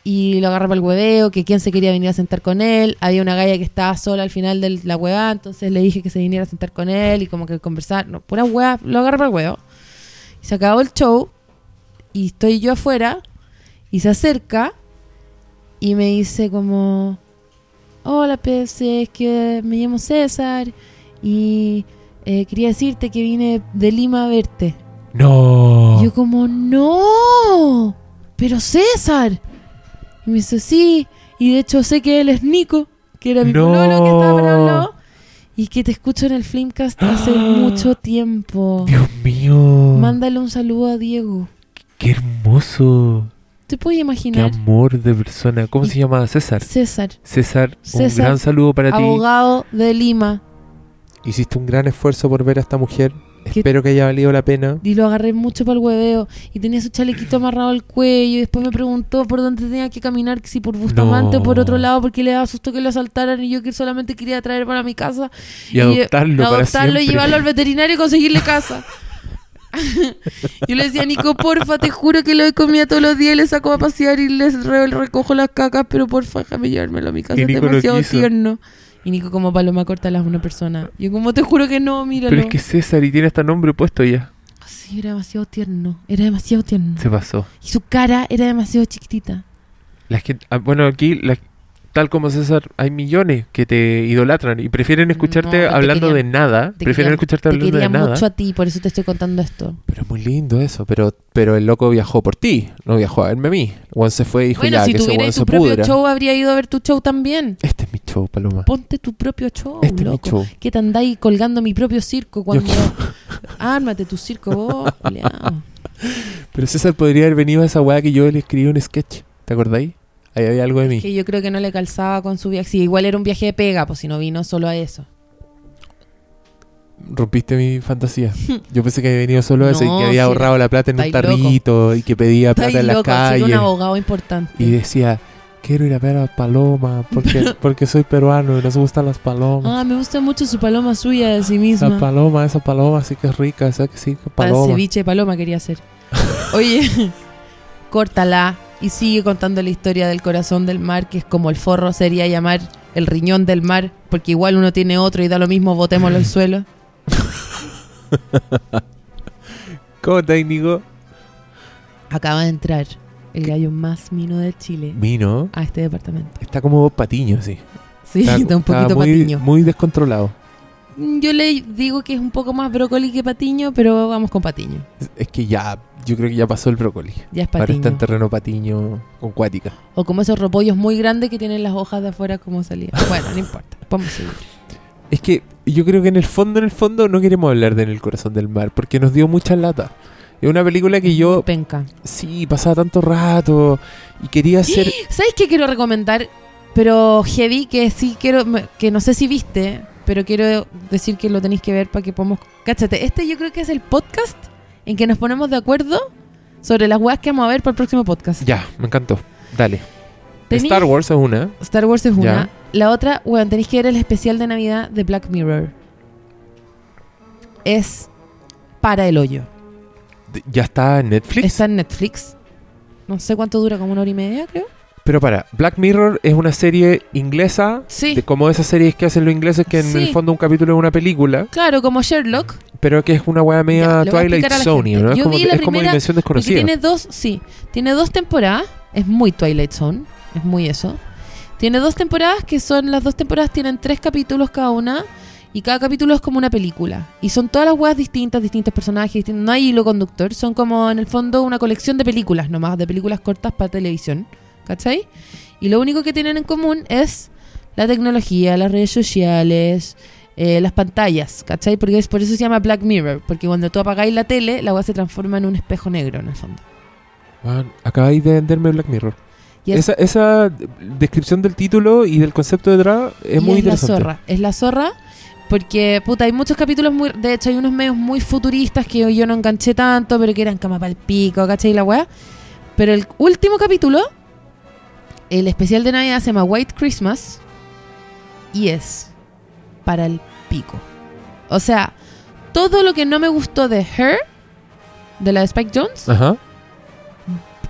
A: Y lo agarré para el hueveo, que quién se quería venir a sentar con él. Había una galla que estaba sola al final de la huevada, entonces le dije que se viniera a sentar con él y como que conversar. No, pura hueá, lo agarré para el huevo. Y se acabó el show y estoy yo afuera y se acerca y me dice como, hola Pepsi, es que me llamo César y eh, quería decirte que vine de Lima a verte.
B: No.
A: Y yo como, no, pero César. Y me dice, sí, y de hecho sé que él es Nico, que era mi
B: No.
A: pololo que estaba para al lado, y que te escucho en el Flimcast
B: (gasps)
A: hace mucho tiempo.
B: Dios mío.
A: Mándale un saludo a Diego.
B: Qué hermoso.
A: ¿Te puedes
B: Qué
A: imaginar?
B: amor de persona. ¿Cómo
A: Y-
B: se llama César?
A: César,
B: César, un
A: César,
B: gran saludo para
A: abogado de Lima,
B: ti. Hiciste un gran esfuerzo por ver a esta mujer.
A: ¿Qué-
B: Espero que haya valido la pena.
A: Y lo agarré mucho para el hueveo. Y tenía su chalequito amarrado al cuello. Y después me preguntó por dónde tenía que caminar, que si por Bustamante
B: No.
A: o por otro lado, porque le daba susto que lo asaltaran. Y yo que solamente quería traer para mi casa.
B: Y, adoptarlo, para
A: adoptarlo y
B: siempre. (laughs)
A: llevarlo al veterinario y conseguirle casa. Yo le decía, Nico, porfa, te juro que lo comía todos los días, y le saco a pasear y les re- recojo las cacas, pero porfa, déjame llevármelo a mi casa,
B: Y
A: es
B: Nico no
A: demasiado
B: quiso.
A: tierno. Y Nico como paloma corta las una persona. Yo como te juro que no, míralo.
B: Pero es que César y tiene hasta nombre puesto ya.
A: Sí, era demasiado tierno, era demasiado tierno.
B: Se pasó.
A: Y su cara era demasiado chiquitita.
B: La gente- ah, bueno, aquí, la- tal como César, hay millones que te idolatran y prefieren
A: No,
B: escucharte
A: pero te
B: hablando
A: querían-
B: de nada.
A: Te
B: Prefieren
A: quería-
B: escucharte
A: te
B: hablando de
A: quería
B: nada.
A: mucho a ti, por eso te estoy contando esto.
B: Pero es muy lindo eso. Pero, pero el loco viajó por ti, no viajó a verme a mí. Juan se fue y dijo
A: bueno,
B: ya
A: si
B: que ese
A: tuvieras
B: Juan
A: tu
B: se
A: propio
B: pudra.
A: show, habría ido a ver tu show también.
B: Este es mi show, Paloma.
A: Ponte tu propio show,
B: este es mi
A: loco.
B: show.
A: Que te andáis colgando mi propio circo
B: Yo
A: cuando... (laughs) Ármate tu circo
B: (laughs)
A: vos, culiao.
B: Pero César podría haber venido a esa weá que yo le escribí un sketch. ¿Te acordáis? Ahí había algo de mí.
A: Que yo creo que no le calzaba con su viaje. Sí, igual era un viaje de pega, pues si no vino solo a eso.
B: Rompiste mi fantasía. Yo pensé que había venido solo a
A: (laughs)
B: eso
A: No,
B: y que había
A: si
B: ahorrado la plata en un
A: estáis loco.
B: tarrito y que pedía
A: Está
B: plata en la
A: loco, si
B: calle.
A: era un abogado importante.
B: Y decía, quiero ir a ver a Paloma
A: (laughs)
B: porque, porque soy peruano y nos gustan las palomas.
A: Ah, me gusta mucho su paloma suya de sí misma.
B: la paloma, esa paloma sí que es rica, esa que sí que
A: Para el
B: paloma.
A: ceviche de paloma quería (laughs) hacer. Oye, córtala y sigue contando la historia del corazón del mar, que es como el forro sería llamar el riñón del mar, porque igual uno tiene otro y da lo mismo, botémoslo (laughs) al suelo.
B: ¿Cómo estáis, Nico?
A: Acaba de entrar el gallo más mino de Chile
B: Vino.
A: a este departamento.
B: Está como patiño, sí.
A: Sí, (laughs) está, un poquito
B: muy,
A: patiño.
B: Muy descontrolado.
A: Yo le digo que es un poco más brócoli que patiño, pero vamos con patiño.
B: Es- Es que ya, yo creo que ya pasó el brócoli.
A: Ya es
B: Ahora está
A: patiño.
B: en terreno patiño con cuática.
A: O como esos repollos muy grandes que tienen las hojas de afuera como salía. Bueno, no importa. Vamos a seguir.
B: Es que yo creo que en el fondo, en el fondo, no queremos hablar de En el corazón del mar, porque nos dio mucha lata. Es una película
A: Mm,
B: que yo,
A: Penca.
B: sí, pasaba tanto rato y quería hacer...
A: ¿Sabes qué quiero recomendar? Pero heavy, que sí quiero, me- que no sé si viste, pero quiero decir que lo tenéis que ver para que podamos... Cáchate, este yo creo que es el podcast en que nos ponemos de acuerdo sobre las weas que vamos a ver para el próximo podcast.
B: Ya, me encantó. Dale.
A: Tenéis-
B: Star Wars es una.
A: Star Wars es una.
B: Ya.
A: La otra, bueno, tenéis que ver el especial de Navidad de Black Mirror. Es para el hoyo.
B: D- Ya está en Netflix.
A: Está en Netflix. No sé cuánto dura, como una hora y media, creo.
B: Pero para, Black Mirror es una serie inglesa.
A: Sí.
B: De como esas series que hacen los ingleses, que en
A: Sí.
B: el fondo un capítulo es una película,
A: Claro, como Sherlock.
B: pero que es una weá
A: Ya,
B: media
A: le voy a
B: Twilight
A: explicar a la
B: Zone,
A: gente.
B: ¿no? Es
A: Yo
B: como,
A: vi la
B: es como
A: primera-
B: dimensión
A: Porque
B: desconocida.
A: tiene dos, sí, tiene dos temporadas, es muy Twilight Zone, es muy eso. Tiene dos temporadas que son, las dos temporadas tienen tres capítulos cada una y cada capítulo es como una película. Y son todas las weas distintas, distintos personajes, distintos- no hay hilo conductor, son como en el fondo una colección de películas nomás, de películas cortas para televisión, ¿cachai? Y lo único que tienen en común es la tecnología, las redes sociales, eh, las pantallas, ¿cachai? Porque es, por eso se llama Black Mirror, porque cuando tú apagáis la tele, la agua se transforma en un espejo negro, en el fondo.
B: Man, acabáis de venderme Black Mirror.
A: Y es-
B: Esa, esa descripción del título y del concepto detrás
A: y
B: es muy
A: es la
B: interesante.
A: zorra, es la zorra, porque, puta, hay muchos capítulos muy... De hecho, hay unos medios muy futuristas que yo no enganché tanto, pero que eran cama pa'l pico, ¿cachai? La weá. Pero el último capítulo, el especial de Navidad se llama White Christmas, y es para el pico. O sea, todo lo que no me gustó de Her, de la de Spike Jones,
B: Ajá.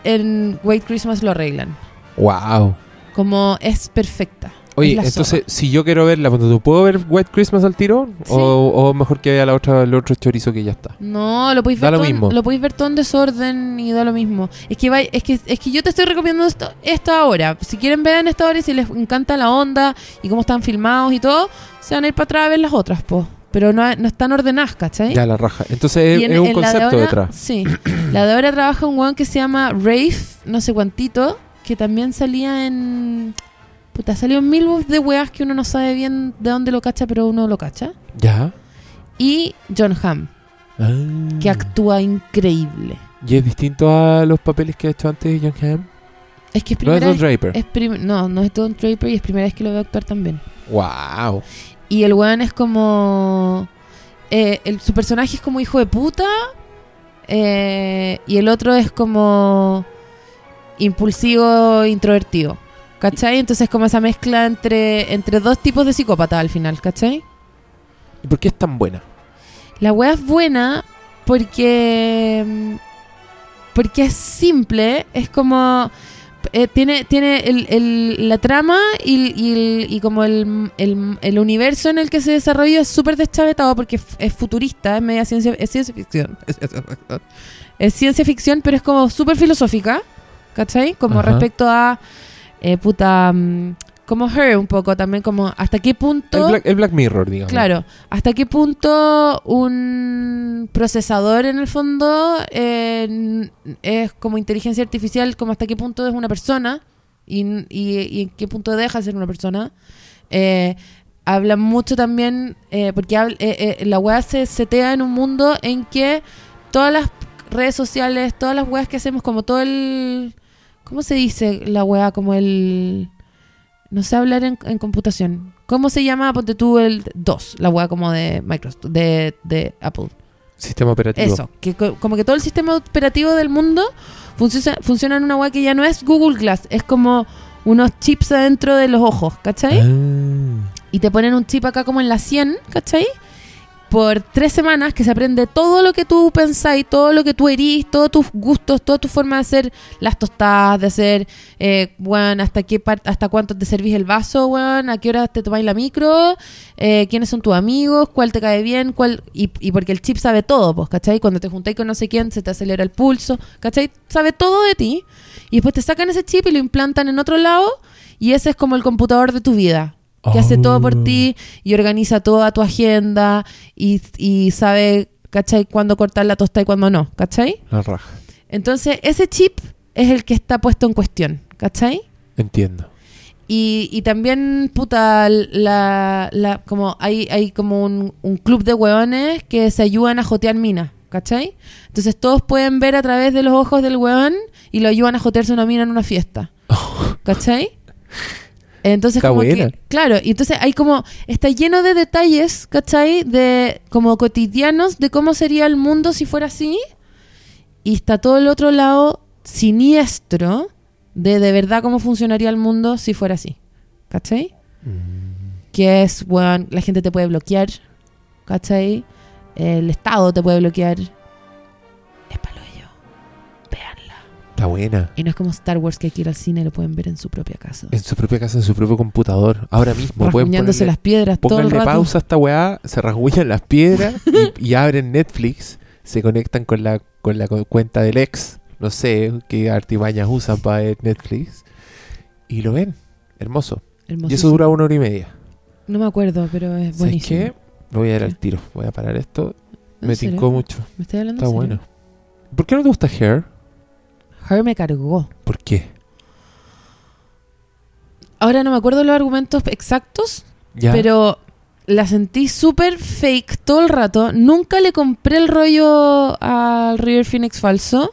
A: en White Christmas lo arreglan.
B: Wow.
A: Como es perfecta.
B: Oye,
A: Es la
B: entonces,
A: zorra.
B: si yo quiero verla, ponte tú, ¿puedo ver White Christmas al tiro?
A: Sí.
B: O, o mejor que vea la otra, el otro chorizo que ya está.
A: No, lo podéis
B: Da
A: ver,
B: lo
A: todo en-
B: mismo.
A: lo podéis ver todo en desorden y da lo mismo. Es que, va- es que, es que yo te estoy recomendando esto, esto ahora. Si quieren ver en esta hora y si les encanta la onda y cómo están filmados y todo, se van a ir para atrás a ver las otras, po. Pero no, no están ordenadas, ¿cachai?
B: Ya, la raja. Entonces,
A: Y
B: es,
A: en-
B: Eh, es un
A: en la de
B: concepto
A: ahora-
B: detrás.
A: Sí. La de ahora trabaja un weón que se llama Rafe, no sé cuantito, que también salía en. Puta, salió en mil de weas que uno no sabe bien de dónde lo cacha, pero uno lo cacha.
B: Ya.
A: Y John Hamm,
B: Ah.
A: que actúa increíble.
B: Y es distinto a los papeles que ha hecho antes John Hamm.
A: Es que eh es
B: No es
A: primera
B: Don
A: vez-
B: Draper.
A: es prim- no, no es Don Draper y es primera vez que lo veo actuar también.
B: Wow.
A: Y el weón es como. eh, el- su personaje es como hijo de puta. eh, y el otro es como. Impulsivo, introvertido. ¿Cachai? Entonces, como esa mezcla entre, entre dos tipos de psicópata al final, ¿cachai?
B: ¿Y por qué es tan buena?
A: La wea es buena porque mm, porque es simple, es como eh, tiene tiene el- el- la trama y, y el- y como el, el- el universo en el que se desarrolla es súper deschavetado porque es, es futurista, es media ciencia es ciencia ficción. (laughs) Es ciencia ficción, Es ciencia ficción, pero es como súper filosófica, ¿cachai? Como
B: Ajá.
A: respecto a eh, puta mm, como her un poco también como hasta qué punto
B: El Black, el Black Mirror, digamos.
A: Claro, ¿hasta qué punto un procesador en el fondo eh, n- es como inteligencia artificial? Como hasta qué punto es una persona y, n- y- y en qué punto deja de ser una persona. Eh, habla mucho también, eh, porque habl- eh, eh, la web se setea en un mundo en que todas las redes sociales, todas las weas que hacemos, como todo el... ¿Cómo se dice la wea? Como el... No sé hablar en, en computación. ¿Cómo se llama, ponte tú, el 2? La wea como de Microsoft, de, de Apple.
B: Sistema operativo.
A: Eso, que co- como que todo el sistema operativo del mundo funciona, funciona en una wea que ya no es Google Glass, es como unos chips adentro de los ojos, ¿cachai?
B: Ah.
A: y te ponen un chip acá como en la 100, ¿cachai? Por tres semanas que se aprende todo lo que tú pensáis, todo lo que tú herís, todos tus gustos, toda tu forma de hacer las tostadas, de hacer, eh, weón, hasta qué par- hasta cuánto te servís el vaso, weón, a qué hora te tomáis la micro, eh, quiénes son tus amigos, cuál te cae bien, cuál... Y, y porque el chip sabe todo, pues, ¿cachai? Cuando te juntáis con no sé quién, se te acelera el pulso, ¿cachai? Sabe todo de ti. Y después te sacan ese chip y lo implantan en otro lado y ese es como el computador de tu vida que hace todo por ti y organiza toda tu agenda y, y sabe, ¿cachai?, cuándo cortar la tosta y cuándo no, ¿cachai?
B: La raja.
A: Entonces, ese chip es el que está puesto en cuestión, ¿cachai?
B: Entiendo. (laughs)
A: Y, y también, puta, la, la- como hay, hay como un, un club de hueones que se ayudan a jotear minas, ¿cachai? Entonces todos pueden ver a través de los ojos del hueón y lo ayudan a jotearse una mina en una fiesta. ¿Cachai? Entonces,
B: Está
A: como
B: buena.
A: que. Claro, y entonces hay como. Está lleno de detalles, ¿cachai? De como cotidianos de cómo sería el mundo si fuera así. Y está todo el otro lado siniestro de de verdad cómo funcionaría el mundo si fuera así. ¿Cachai?
B: Mm,
A: Que es, weón, la gente te puede bloquear. ¿Cachai? El Estado te puede bloquear. Es palo yo. Veanla.
B: Está buena.
A: Y no es como Star Wars que hay que ir al cine y lo pueden ver en su propia casa.
B: En su propia casa, en su propio computador. Ahora mismo pueden
A: rasguñándose
B: ponerle,
A: las piedras todo el
B: pónganle
A: rato.
B: pausa a esta weá, se rasguñan las piedras
A: (laughs)
B: y, y abren Netflix, se conectan con la, con la co- cuenta del ex, no sé qué artimañas usan para ver Netflix, y lo ven. Hermoso.
A: Hermoso.
B: Y eso dura una hora y media.
A: No me acuerdo, pero es
B: ¿Sabes
A: buenísimo.
B: qué? Me voy a dar
A: ¿Qué?
B: al tiro. Voy a parar esto.
A: ¿En
B: Me
A: serio?
B: tincó mucho.
A: ¿Me estás hablando
B: Está
A: en serio?
B: bueno. ¿Por qué no te gusta Hair?
A: Her me cargó.
B: ¿Por qué?
A: Ahora no me acuerdo los argumentos exactos,
B: Ya.
A: pero la sentí súper fake todo el rato. Nunca le compré el rollo al River Phoenix
B: (laughs)
A: falso.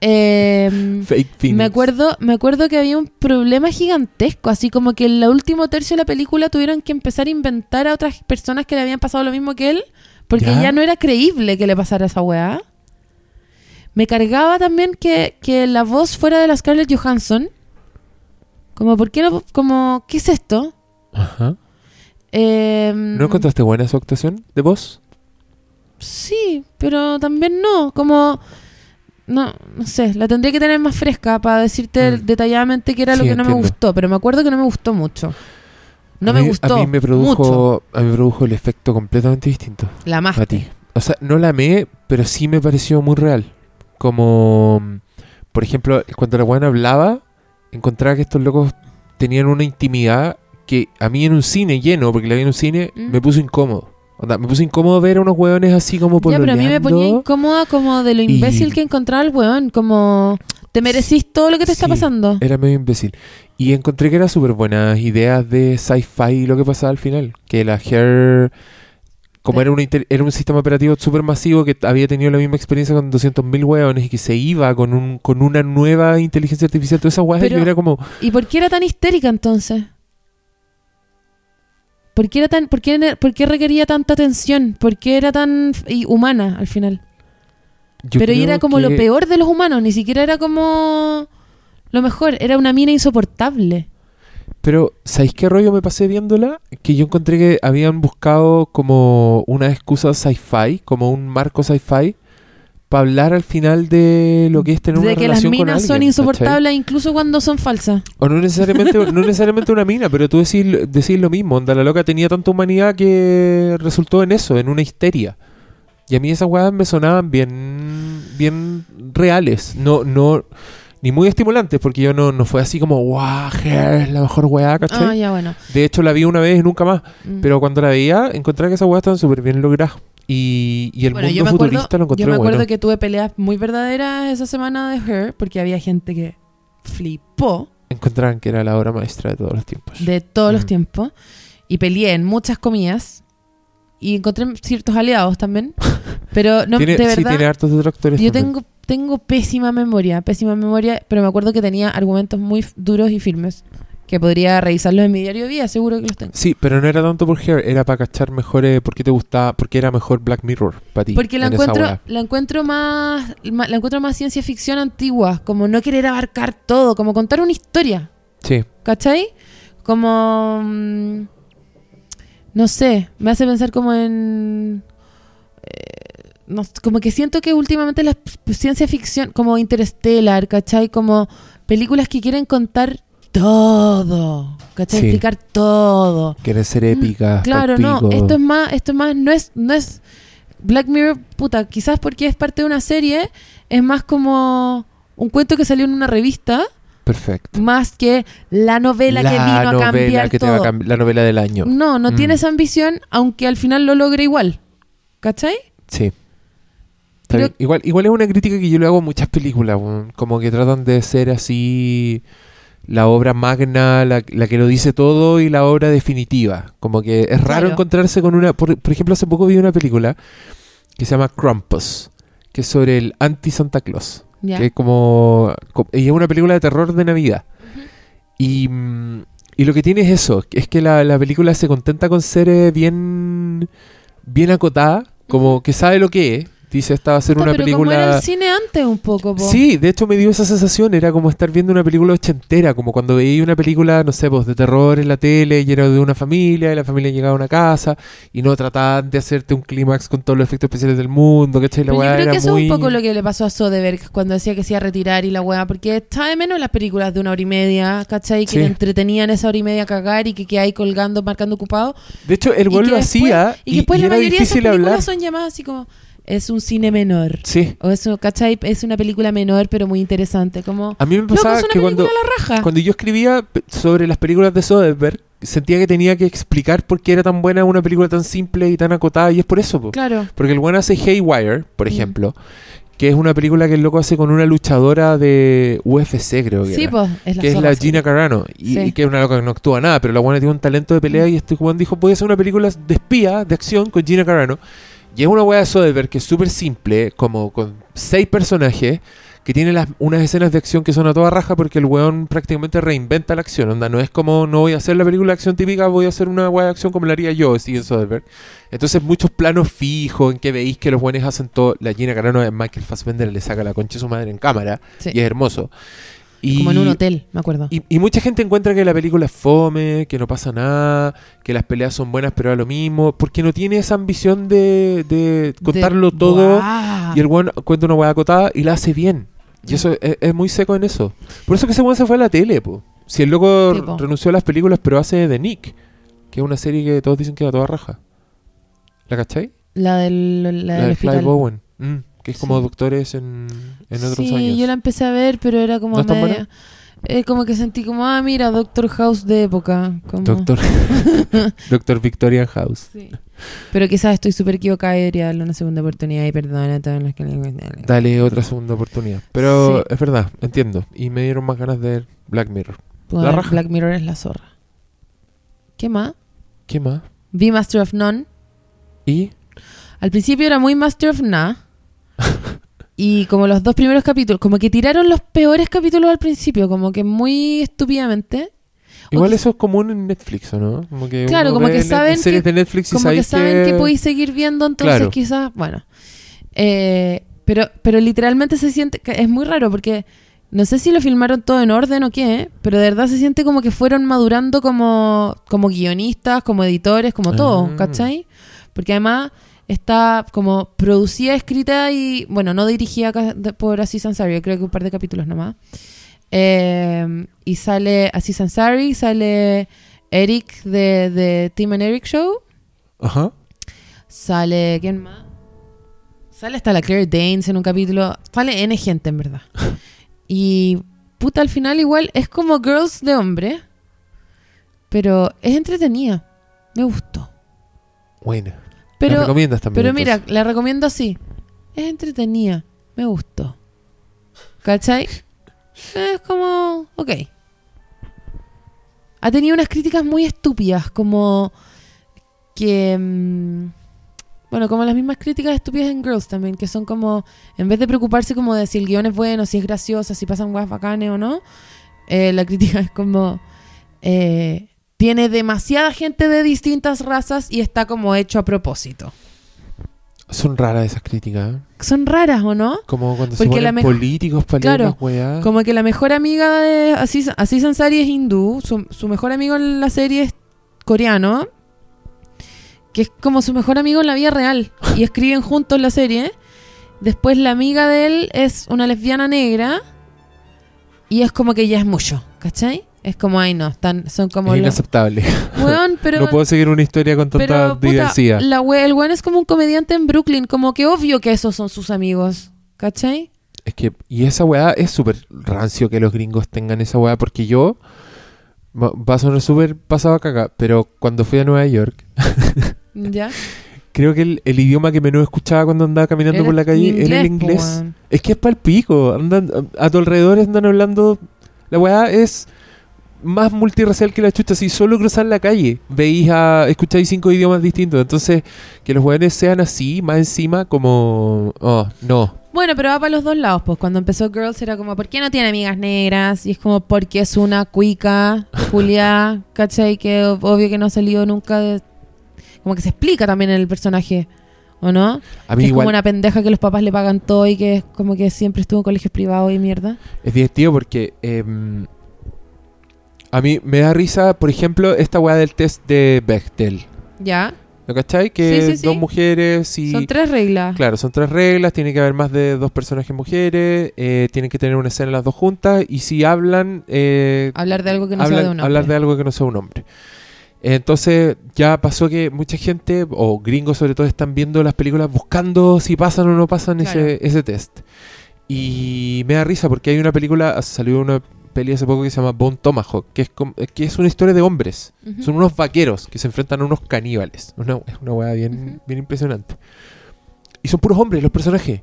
A: Em,
B: Fake Phoenix.
A: Me acuerdo, me acuerdo que había un problema gigantesco, así como que en el último tercio de la película tuvieron que empezar a inventar a otras personas que le habían pasado lo mismo que él, porque
B: Ya.
A: ya, no era creíble que le pasara esa weá. Me cargaba también que, que la voz fuera de la Scarlett Johansson. Como, ¿por qué no? Como, ¿qué es esto?
B: Ajá.
A: Eh,
B: ¿No encontraste buena su actuación de voz?
A: Sí, pero también no. Como. No, no sé, la tendría que tener más fresca para decirte
B: Mm.
A: detalladamente qué era lo
B: Sí,
A: que no me
B: entiendo.
A: gustó, pero me acuerdo que no me gustó mucho. No
B: A
A: me
B: mí-
A: gustó.
B: A mí me
A: mucho.
B: produjo, a mí me produjo el efecto completamente distinto
A: La más.
B: a ti. O sea, no la amé, pero sí me pareció muy real. Como, mm, por ejemplo, cuando la buena hablaba, encontraba que estos locos tenían una intimidad que a mí en un cine lleno, porque la vi en un cine,
A: Mm.
B: me puso incómodo. Onda, me puso incómodo ver a unos hueones así como por
A: Ya, pero a mí me ponía incómoda como de lo
B: y-
A: imbécil que encontraba el weón. Como, te merecís todo lo que te está
B: Sí. Eh.
A: pasando.
B: Era medio imbécil. Y encontré que era súper buenas ideas de sci-fi y lo que pasaba al final. Que la Hair, como
A: Pe-
B: era, una inter- era un sistema operativo súper masivo que t- había tenido la misma experiencia con 200.000 hueones y que se iba con, un, con una nueva inteligencia artificial, todas esas hueas,
A: Pero-
B: yo era como,
A: ¿Y por qué era tan histérica entonces? ¿Por qué, era tan, por, qué, por qué requería tanta atención? ¿Por qué era tan f- y humana al final?
B: yo
A: pero
B: creo
A: era como
B: que-
A: lo peor de los humanos, ni siquiera era como lo mejor, era una mina insoportable.
B: Pero, ¿sabéis qué rollo me pasé viéndola? Que yo encontré que habían buscado como una excusa sci-fi, como un marco sci-fi, para hablar al final de lo que es tener
A: de
B: una
A: que las
B: relación con
A: minas son
B: alguien,
A: insoportables incluso cuando son falsas.
B: ¿cachai? O no necesariamente, no necesariamente una mina, pero tú decís, decís lo mismo. Onda, la loca tenía tanta humanidad que resultó en eso, en una histeria. Y a mí esas weas me sonaban bien, bien reales. No, no, ni muy estimulantes, porque yo no, no fue así como, wow, es la mejor wea, ¿cachai?
A: Ah, ya, bueno.
B: De hecho, la vi una vez y nunca más.
A: Mm.
B: Pero cuando la veía, encontré que esas weas estaban súper bien logradas. Y, y el
A: Bueno,
B: mundo futurista lo encontré
A: Yo me acuerdo
B: bueno.
A: que tuve peleas muy verdaderas esa semana de Her, porque había gente que flipó
B: Encontraron que era la obra maestra de todos los tiempos.
A: de todos los
B: Mm.
A: tiempos y peleé en muchas comidas y encontré ciertos aliados
B: (laughs)
A: también. Pero no,
B: tiene,
A: de
B: sí,
A: verdad,
B: tiene hartos detractores.
A: yo
B: también.
A: tengo, tengo pésima memoria, pésima memoria, pero me acuerdo que tenía argumentos muy f- duros y firmes que podría revisarlos en mi diario de vida, seguro que los tengo.
B: Sí, pero no era tanto por Hair, era para cachar mejores. ¿Por qué te gustaba? Porque era mejor Black Mirror para ti.
A: Porque la
B: en esa
A: encuentro,
B: wea.
A: la encuentro más, ma- la encuentro más ciencia ficción antigua, como no querer abarcar todo, como contar una historia,
B: Sí,
A: ¿cachai? Como mm, no sé, me hace pensar como en eh, no s- como que siento que últimamente la p- ciencia ficción, como Interstellar, ¿cachai? Como películas que quieren contar todo, ¿cachai?
B: Sí.
A: Explicar todo. Mm,
B: quieren ser épicas.
A: Claro, no,
B: palpico.
A: esto es más, esto es más, no es, no es Black Mirror, puta, quizás porque es parte de una serie, es más como un cuento que salió en una revista,
B: Perfecto.
A: más que la novela que vino a cambiar
B: que te va a
A: todo.
B: cambiar- la novela del año.
A: no, no
B: Mm.
A: tiene esa ambición, aunque al final lo logre igual. ¿Cachai?
B: Sí. Está
A: Creo-
B: bien. Igual, igual es una crítica que yo le hago a muchas películas, weón. como que tratan de ser así la obra magna, la, la que lo dice todo y la obra definitiva. Como que es raro
A: Claro.
B: encontrarse con una... Por, por ejemplo, hace poco vi una película que se llama Krampus, que es sobre el anti-Santa Claus
A: Ya.
B: que es como, co- y es una película de terror de Navidad. Y, mm, y lo que tiene es eso, que es que la, la película se contenta con ser eh, bien, bien acotada, como que sabe lo que es. Dice, esta va a ser
A: Puta,
B: una
A: pero como era
B: película...
A: el cine antes un poco, po.
B: Sí, de hecho me dio esa sensación, era como estar viendo una película ochentera, como cuando veía una película, no sé, pues de terror en la tele y era de una familia y la familia llegaba a una casa y no trataban de hacerte un clímax con todos los efectos especiales del mundo, ¿cachai? La
A: Pero yo
B: weá
A: creo
B: era
A: que eso
B: muy...
A: es un poco lo que le pasó a Soderbergh cuando decía que se iba a retirar y la weá, porque está de menos las películas de una hora y media, ¿cachai? Que
B: Sí.
A: le entretenían esa hora y media a cagar y que queda ahí colgando, marcando ocupado.
B: De hecho, el
A: Y
B: gol
A: que
B: lo
A: después-
B: hacía
A: Y que después la
B: ¿ah? era
A: mayoría de esas
B: difícil
A: películas
B: hablar.
A: son llamadas así como, es un cine menor.
B: Sí.
A: O eso, ¿cachai? Es una película menor pero muy interesante. Como,
B: A mí me
A: loco, es una
B: pasaba que
A: película
B: cuando,
A: a la raja.
B: cuando yo escribía p- sobre las películas de Soderbergh, sentía que tenía que explicar por qué era tan buena una película tan simple y tan acotada, y es por eso. po.
A: Claro.
B: Porque el buen hace Haywire, por
A: Mm.
B: ejemplo, que es una película que el loco hace con una luchadora de UFC, creo que
A: Sí,
B: era,
A: pues, es la
B: que es
A: zorra,
B: la
A: sí.
B: Gina Carano, y,
A: Sí.
B: y que es una loca que no actúa nada, pero la buena tiene un talento de pelea,
A: Mm.
B: y este Juan dijo, voy a hacer una película de espía, de acción, con Gina Carano. Y es una weá de Soderbergh que es súper simple, como con seis personajes, que tiene las, unas escenas de acción que son a toda raja porque el weón prácticamente reinventa la acción. Onda, no es como, no voy a hacer la película de acción típica, voy a hacer una weá de acción como la haría yo, Steven Soderbergh. Entonces, muchos planos fijos en que veis que los buenos hacen todo. La Gina Carano de Michael Fassbender le saca la concha a su madre en cámara
A: Sí.
B: y es hermoso. Y,
A: Como en un hotel, me acuerdo.
B: y, y mucha gente encuentra que la película es fome, que no pasa nada, que las peleas son buenas pero a lo mismo, porque no tiene esa ambición de, de contarlo
A: De-
B: todo
A: ¡Guau!
B: y el weón cuenta una weá acotada y la hace bien. Y eso es, es muy seco en eso. Por eso que ese weón se fue a la tele, po. Si el loco
A: Sí, po.
B: renunció a las películas pero hace The Nick, que es una serie que todos dicen que va toda raja. ¿La cachai?
A: La del, la del
B: de Clive
A: hospital.
B: Bowen. Mm, que es como
A: Sí.
B: doctores en, en otros
A: sí,
B: años.
A: yo la empecé a ver, pero era como
B: ¿No es tan
A: media-
B: buena?
A: eh, como que sentí como, ah, mira, Doctor House de época. Como, (laughs)
B: Doctor, (laughs) Doctor Victorian House.
A: Sí. Pero quizás estoy súper equivocada y debería darle una segunda oportunidad y perdona a todos los que le
B: Dale otra segunda oportunidad. Pero
A: Sí.
B: es verdad, entiendo. Y me dieron más ganas de ver Black Mirror.
A: Puedo
B: La
A: ver,
B: raja.
A: Black Mirror es la zorra. ¿Qué más?
B: ¿Qué más?
A: Vi Master of None.
B: Y
A: Al principio era muy Master of None. y como los dos primeros capítulos, como que tiraron los peores capítulos al principio, como que muy estúpidamente. O
B: igual
A: quiz-
B: eso es común en Netflix, ¿o no? Como que
A: Claro,
B: uno
A: como
B: ve
A: que
B: net-
A: saben
B: series
A: que-
B: de Netflix y
A: como que
B: sabéis
A: saben que,
B: que
A: podéis seguir viendo, entonces
B: Claro.
A: quizás, bueno. Eh, pero, pero literalmente se siente, que es muy raro porque no sé si lo filmaron todo en orden o qué, pero de verdad se siente como que fueron madurando como, como guionistas, como editores, como todo,
B: Ah.
A: ¿cachai? Porque además está como producida, escrita y, bueno, no dirigida ca- de- por Aziz Ansari, creo que un par de capítulos nomás. Eh, y sale Aziz Ansari, sale Eric de, de Tim and Eric Show,
B: Ajá.
A: sale, ¿quién más? Sale hasta la Claire Danes en un capítulo, sale N gente en verdad. Y puta, al final igual es como Girls de hombre, pero es entretenida, me gustó.
B: Bueno. ¿La
A: Pero
B: recomiendas también?
A: pero mira,
B: entonces?
A: la recomiendo así. Es entretenida. Me gustó. ¿Cachai? Es como. Ok. Ha tenido unas críticas muy estúpidas, como. Que. mm, bueno, como las mismas críticas estúpidas en Girls también, que son como. En vez de preocuparse como de si el guión es bueno, si es gracioso, si pasan guas bacanes o no, eh, la crítica es como. eh, tiene demasiada gente de distintas razas y está como hecho a propósito
B: Son raras esas críticas. ¿eh?
A: son raras, ¿o no?
B: Como cuando
A: Porque
B: se ponen
A: la me-
B: políticos para
A: Claro,
B: leer las weas.
A: Como que la mejor amiga de Aziz, Aziz Ansari es hindú, su, su mejor amigo en la serie es coreano, que es como su mejor amigo en la vida real, y escriben juntos la serie. Después la amiga de él es una lesbiana negra, y es como que ya es mucho, ¿cachai? Es como, ay no, están, son como...
B: es
A: los-
B: inaceptable.
A: (laughs) Weón, pero...
B: (laughs) no puedo seguir una historia con tanta
A: Pero, puta,
B: diversidad.
A: la we- el weón es como un comediante en Brooklyn, como que obvio que esos son sus amigos, ¿cachai?
B: Es que, y esa weá es súper rancio que los gringos tengan esa weá, porque yo va va a sonar súper pasado a caca, pero cuando fui a Nueva York,
A: ¿Ya?
B: creo que el, el idioma que menos escuchaba cuando andaba caminando
A: Era
B: por la calle era el
A: po,
B: inglés.
A: weón.
B: Es que es pal pico. Andan, a tu alrededor andan hablando. La weá es más multirracial que la chucha. Si solo cruzan la calle, veis a. escucháis cinco idiomas distintos. Entonces, que los weones sean así, más encima, como. Oh, no.
A: Bueno, pero va para los dos lados, pues. Cuando empezó Girls era como, ¿por qué no tiene amigas negras? Y es como, porque es una cuica,
B: (laughs)
A: culiá, ¿cachai? Que ob- obvio que no ha salido nunca de... Como que se explica también en el personaje, ¿o no?
B: A
A: Que
B: mí
A: es
B: igual
A: como una pendeja que los papás le pagan todo y que es como que siempre estuvo en colegios privados y mierda.
B: es divertido porque. em, a mí me da risa, por ejemplo, esta weá del test de Bechtel.
A: Ya.
B: ¿Lo cachai? Que
A: Sí, sí, sí.
B: dos mujeres y.
A: Son tres reglas.
B: Claro, son tres reglas, tiene que haber más de dos personajes mujeres, eh, tienen que tener una escena las dos juntas y si hablan, eh,
A: Hablar de algo que no
B: hablan-
A: sea de pues. un hombre.
B: hablar de algo que no sea un hombre. Entonces ya pasó que mucha gente, o gringos sobre todo, están viendo las películas buscando si pasan o no pasan ese,
A: Claro.
B: ese test. Y me da risa porque hay una película, salió una peli hace poco que se llama Bone Tomahawk, que es, com- que es una historia de hombres.
A: Ujú.
B: Son unos vaqueros que se enfrentan a unos caníbales. Una, es una weá bien,
A: Ujú.
B: bien impresionante. Y son puros hombres los personajes.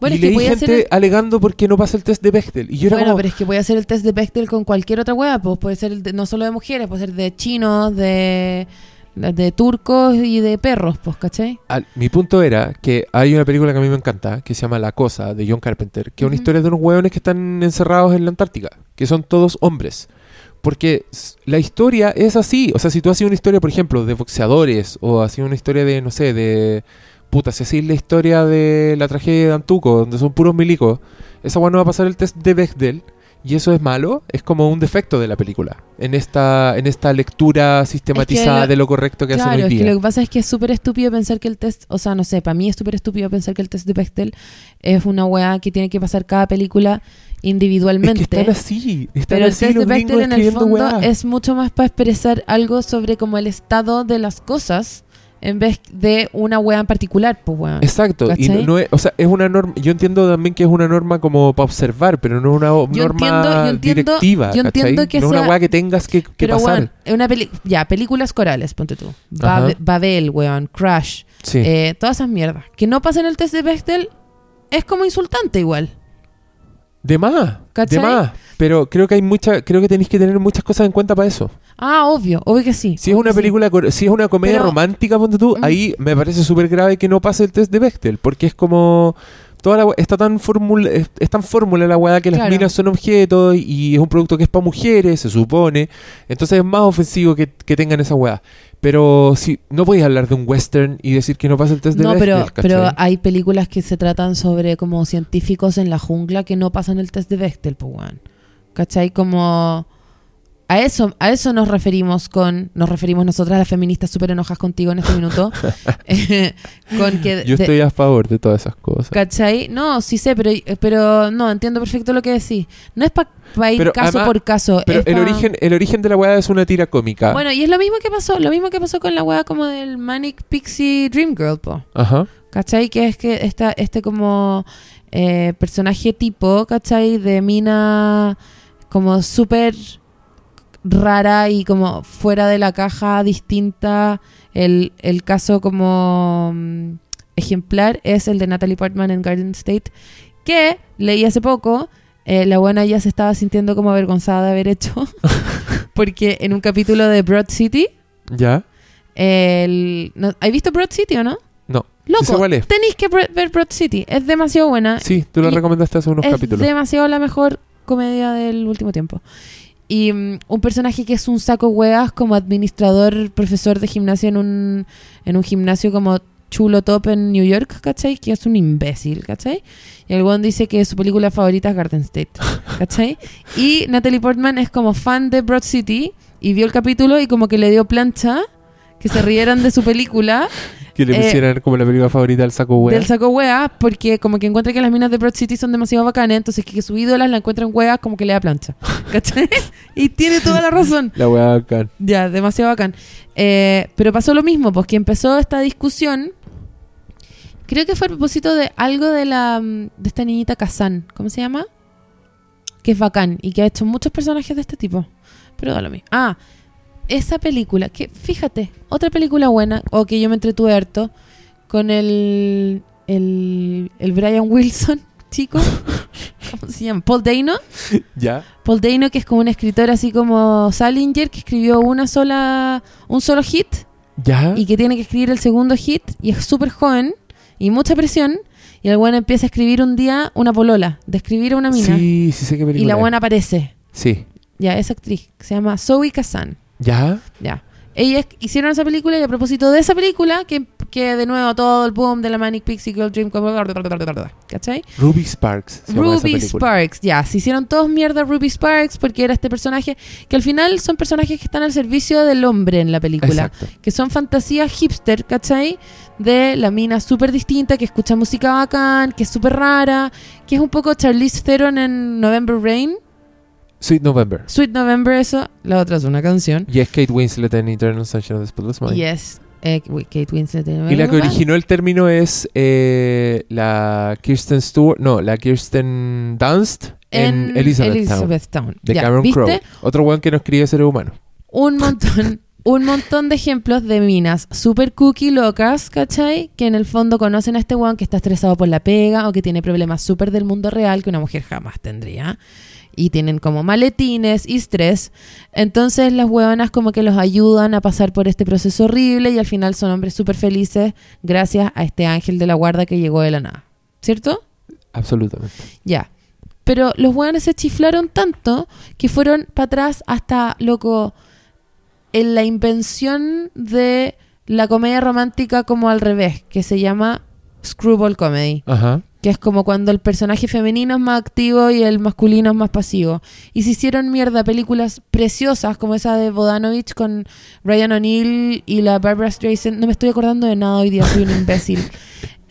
A: Bueno,
B: y
A: es que
B: leí
A: voy a
B: gente
A: hacer el-
B: alegando porque no pasa el test de Bechtel. Y yo era
A: bueno,
B: como,
A: pero es que voy a hacer el test de Bechdel con cualquier otra hueá, pues puede ser el de- no solo de mujeres, puede ser de chinos, de, de turcos y de perros, pues, ¿cachai?
B: al- mi punto era que hay una película que a mí me encanta, que se llama La Cosa, de John Carpenter, que es una
A: Ujú.
B: historia de unos hueones que están encerrados en la Antártica, que son todos hombres. Porque s- la historia es así. O sea, si tú haces una historia, por ejemplo, de boxeadores, o haces una historia de, no sé, de... Puta, si así la historia de la tragedia de Antuco, donde son puros milicos, esa weá no va a pasar el test de Bechdel. Y eso es malo, es como un defecto de la película, en esta, en esta lectura sistematizada
A: lo-
B: de lo correcto que hacen
A: claro,
B: hoy
A: es
B: día.
A: que lo que pasa es que es súper estúpido pensar que el test, o sea, no sé, para mí es súper estúpido pensar que el test de Bechdel es una hueá que tiene que pasar cada película
B: Es que
A: individualmente.
B: están así. Están
A: pero el
B: así
A: test de
B: los gringos
A: Bechdel en el
B: escribiendo
A: fondo
B: weá.
A: es mucho más para expresar algo sobre como el estado de las cosas en vez de una hueá en particular, pues hueón.
B: Exacto. Y
A: ¿Cachai?
B: no, no es, o sea, es una norma. Yo entiendo también que es una norma como para observar, pero no una o-
A: Yo
B: norma
A: entiendo- yo entiendo-
B: directiva.
A: yo
B: ¿cachai?
A: entiendo que
B: no es una
A: sea-
B: weá que tengas que, que
A: Pero,
B: pasar.
A: weón, es una peli ya, películas corales, ponte tú.
B: Ajá.
A: Babe- Babel, weón, Crash,
B: sí.
A: eh, todas esas mierdas. Que no pasen el test de Bechdel es como insultante igual.
B: de más.
A: ¿cachai?
B: De más. Pero creo que hay mucha, creo que tenéis que tener muchas cosas en cuenta para eso.
A: Ah, obvio, obvio que sí.
B: Si es
A: obvio
B: una
A: que sí.
B: película, cor- si es una comedia
A: Pero-
B: romántica, ponte tú,
A: Mm.
B: ahí me parece súper grave que no pase el test de Bechtel, porque es como toda la we- está tan fórmula es, es tan fórmula la weá que las
A: Claro.
B: minas son objetos y es un producto que es para mujeres, se supone. Entonces es más ofensivo que, que tengan esa weá. Pero si no podéis hablar de un western y decir que no pasa el test de
A: No,
B: Bechdel,
A: pero,
B: ¿cachai?
A: pero ah, hay películas que se tratan sobre como científicos en la jungla que no pasan el test de Bechdel, pues, weón. ¿Cachai? Como. A eso, a eso nos referimos con, nos referimos nosotras las feministas súper enojas contigo en este minuto. (laughs) Eh, con que
B: Yo
A: de-
B: estoy a favor de todas esas cosas.
A: ¿Cachai? No, sí sé, pero, pero no, entiendo perfecto lo que decís. No es para ir
B: Pero
A: caso
B: además-
A: por caso.
B: Pero
A: es
B: el
A: pa-
B: origen, el origen de la weá es una tira cómica.
A: Bueno, y es lo mismo que pasó, lo mismo que pasó con la weá como del Manic Pixie Dream Girl, po.
B: Ajá.
A: ¿Cachai? Que es que esta, este como eh, personaje tipo, ¿cachai? De mina como súper rara y como fuera de la caja, distinta. El, el caso como mm, ejemplar es el de Natalie Portman en Garden State, que leí hace poco. eh, la buena ya se estaba sintiendo como avergonzada de haber hecho, porque en un capítulo de Broad City,
B: ¿Ya?
A: el, no- ¿hay visto Broad City o no?
B: No. ¿Esa
A: Loco,
B: cuál es?
A: tenéis que ver ver Broad City. Es demasiado buena.
B: Sí, tú lo
A: y-
B: recomendaste hace unos
A: es
B: capítulos.
A: demasiado la mejor comedia del último tiempo. Y mm, un personaje que es un saco hueas como administrador, profesor de gimnasia en un, en un gimnasio como chulo top en New York, ¿cachai? Que es un imbécil, ¿cachai? Y el weón dice que su película favorita es Garden State,
B: (laughs)
A: ¿cachai? Y Natalie Portman es como fan de Broad City y vio el capítulo y como que le dio plancha que se rieran de su película
B: Que le
A: eh,
B: pusieran como la película favorita al saco wea.
A: del saco hueá, porque como que encuentra que las minas de Broad City son demasiado bacanas, entonces que, que sus ídolas la encuentran hueá, como que le da plancha. ¿Cachai? y tiene toda la razón.
B: La wea bacán.
A: Ya, demasiado bacán. Eh, pero pasó lo mismo, pues que empezó esta discusión. Creo que fue a propósito de algo de la mm, de esta niñita Kazan, ¿cómo se llama? Que es bacán y que ha hecho muchos personajes de este tipo. Pero da lo mismo. Ah, esa película, que fíjate, otra película buena, o que yo me entretuve harto, con el, el, el Brian Wilson, (laughs) chico. ¿Cómo se llama? Paul Dano.
B: ¿Ya?
A: Paul Dano, que es como un escritor así como Salinger, que escribió una sola, un solo hit
B: ¿Ya?
A: y que tiene que escribir el segundo hit y es súper joven y mucha presión. Y el bueno empieza a escribir un día una polola, de escribir a una mina.
B: Sí, sí sé qué película
A: y la
B: es.
A: buena aparece.
B: Sí.
A: Ya, esa actriz, que se llama Zoe Kazan.
B: ¿Ya?
A: Ya. Ellas hicieron esa película y a propósito de esa película, que, que de nuevo todo el boom de la Manic Pixie Girl Dream, ¿cachai?
B: Ruby Sparks. se llama esa
A: Ruby
B: película.
A: Sparks, ya, se hicieron todos mierda Ruby Sparks porque era este personaje que al final son personajes que están al servicio del hombre en la película,
B: Exacto.
A: que son fantasías hipster, ¿cachai? De la mina súper distinta, que escucha música bacán, que es súper rara, que es un poco Charlize Theron en November Rain,
B: Sweet November.
A: Sweet November, eso, la otra es una canción.
B: Y es Kate Winslet en Eternal Sunshine of the Spotless Mind.
A: Yes, eh, uy, Kate Winslet.
B: Y la que originó el término es eh, la Kirsten Stewart, no, la Kirsten Dunst en, Elizabeth,
A: Elizabethtown.
B: de
A: ya,
B: Cameron
A: ¿viste?
B: Crowe. Otro weón que no escribe seres humanos.
A: un montón, un montón de ejemplos de minas super cookie locas, ¿cachai? Que en el fondo conocen a este weón que está estresado por la pega o que tiene problemas súper del mundo real que una mujer jamás tendría. Y tienen como maletines y estrés. Entonces las hueonas como que los ayudan a pasar por este proceso horrible y al final son hombres súper felices gracias a este ángel de la guarda que llegó de la nada. ¿Cierto?
B: Absolutamente.
A: Ya. Pero los hueones se chiflaron tanto que fueron para atrás hasta, loco, en la invención de la comedia romántica como al revés, que se llama Screwball Comedy,
B: Ajá.
A: que es como cuando el personaje femenino es más activo y el masculino es más pasivo. Y se hicieron mierda películas preciosas como esa de Bodanovich con Ryan O'Neill y la Barbara Streisand. No me estoy acordando de nada hoy día, soy un imbécil.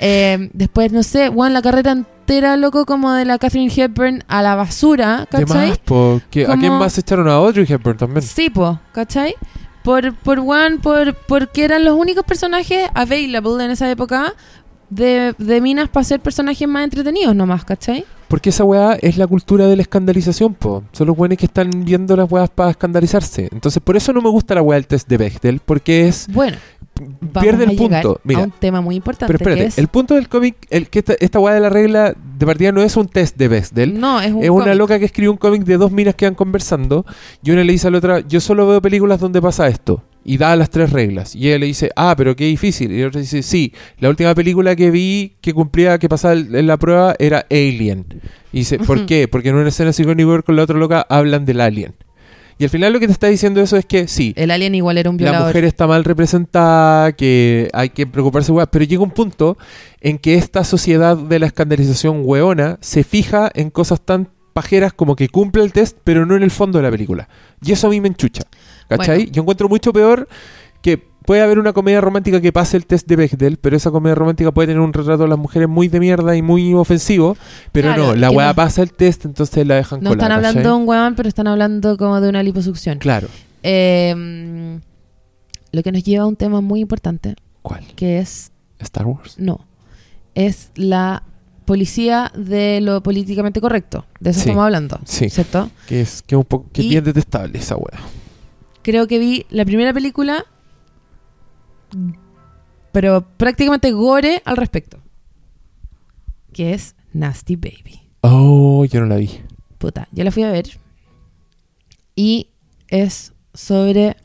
A: Eh, después, no sé, bueno, la carrera entera, loco, como de la Catherine Hepburn a la basura,
B: ¿Qué
A: ¿cachai?
B: más? po? ¿Qué- ¿A
A: Como-
B: quién más echaron a Audrey Hepburn también?
A: Sí, po, ¿cachai? Por, por Juan, por, porque eran los únicos personajes available en esa época de, de minas para ser personajes más entretenidos nomás, ¿cachai?
B: Porque esa weá es la cultura de la escandalización, po. Son los weones que están viendo las weas para escandalizarse. Entonces, por eso no me gusta la weá del test de Bechdel, porque es.
A: Bueno, vamos
B: pierde
A: a
B: el
A: llegar
B: punto.
A: a
B: Mira,
A: un tema muy importante
B: Pero espérate,
A: que es...
B: el punto del cómic, el que esta, esta weá de la regla de partida no es un test de Bechdel.
A: no, es un
B: es una
A: cómic.
B: loca que escribe un cómic de dos minas que van conversando y una le dice a la otra, yo solo veo películas donde pasa esto. Y da las tres reglas. Y ella le dice, ah, pero qué difícil. Y la otra dice, sí, la última película que vi que cumplía, que pasaba el- en la prueba era Alien. Y dice, ¿por qué? Porque en una escena Sigourney Weaver con la otra loca hablan del Alien. Y al final lo que te está diciendo eso es que sí,
A: El alien igual era un
B: la
A: violador.
B: mujer está mal representada, que hay que preocuparse, weá. Pero llega un punto en que esta sociedad de la escandalización weona se fija en cosas tan pajeras como que cumple el test, pero no en el fondo de la película. Y eso a mí me enchucha. ¿Cachai?
A: Bueno.
B: Yo encuentro mucho peor que puede haber una comedia romántica que pase el test de Bechdel, pero esa comedia romántica puede tener un retrato de las mujeres muy de mierda y muy ofensivo, pero
A: Claro,
B: no,
A: es
B: la
A: que
B: weá
A: no-
B: pasa el test, entonces la dejan
A: No
B: colar,
A: están hablando de
B: ¿cachai?
A: un weón, pero están hablando como de una liposucción.
B: Claro.
A: Eh, lo que nos lleva a un tema muy importante,
B: ¿Cuál?
A: que es,
B: Star Wars.
A: no, es la policía de lo políticamente correcto. De eso
B: Sí.
A: estamos hablando,
B: Sí.
A: ¿cierto?
B: Que es, que es un poco que es
A: Y-
B: bien detestable esa weá.
A: Creo que vi la primera película, pero prácticamente gore al respecto, que es Nasty Baby.
B: Oh, yo no la vi.
A: Puta, yo la fui a ver. Y es sobre.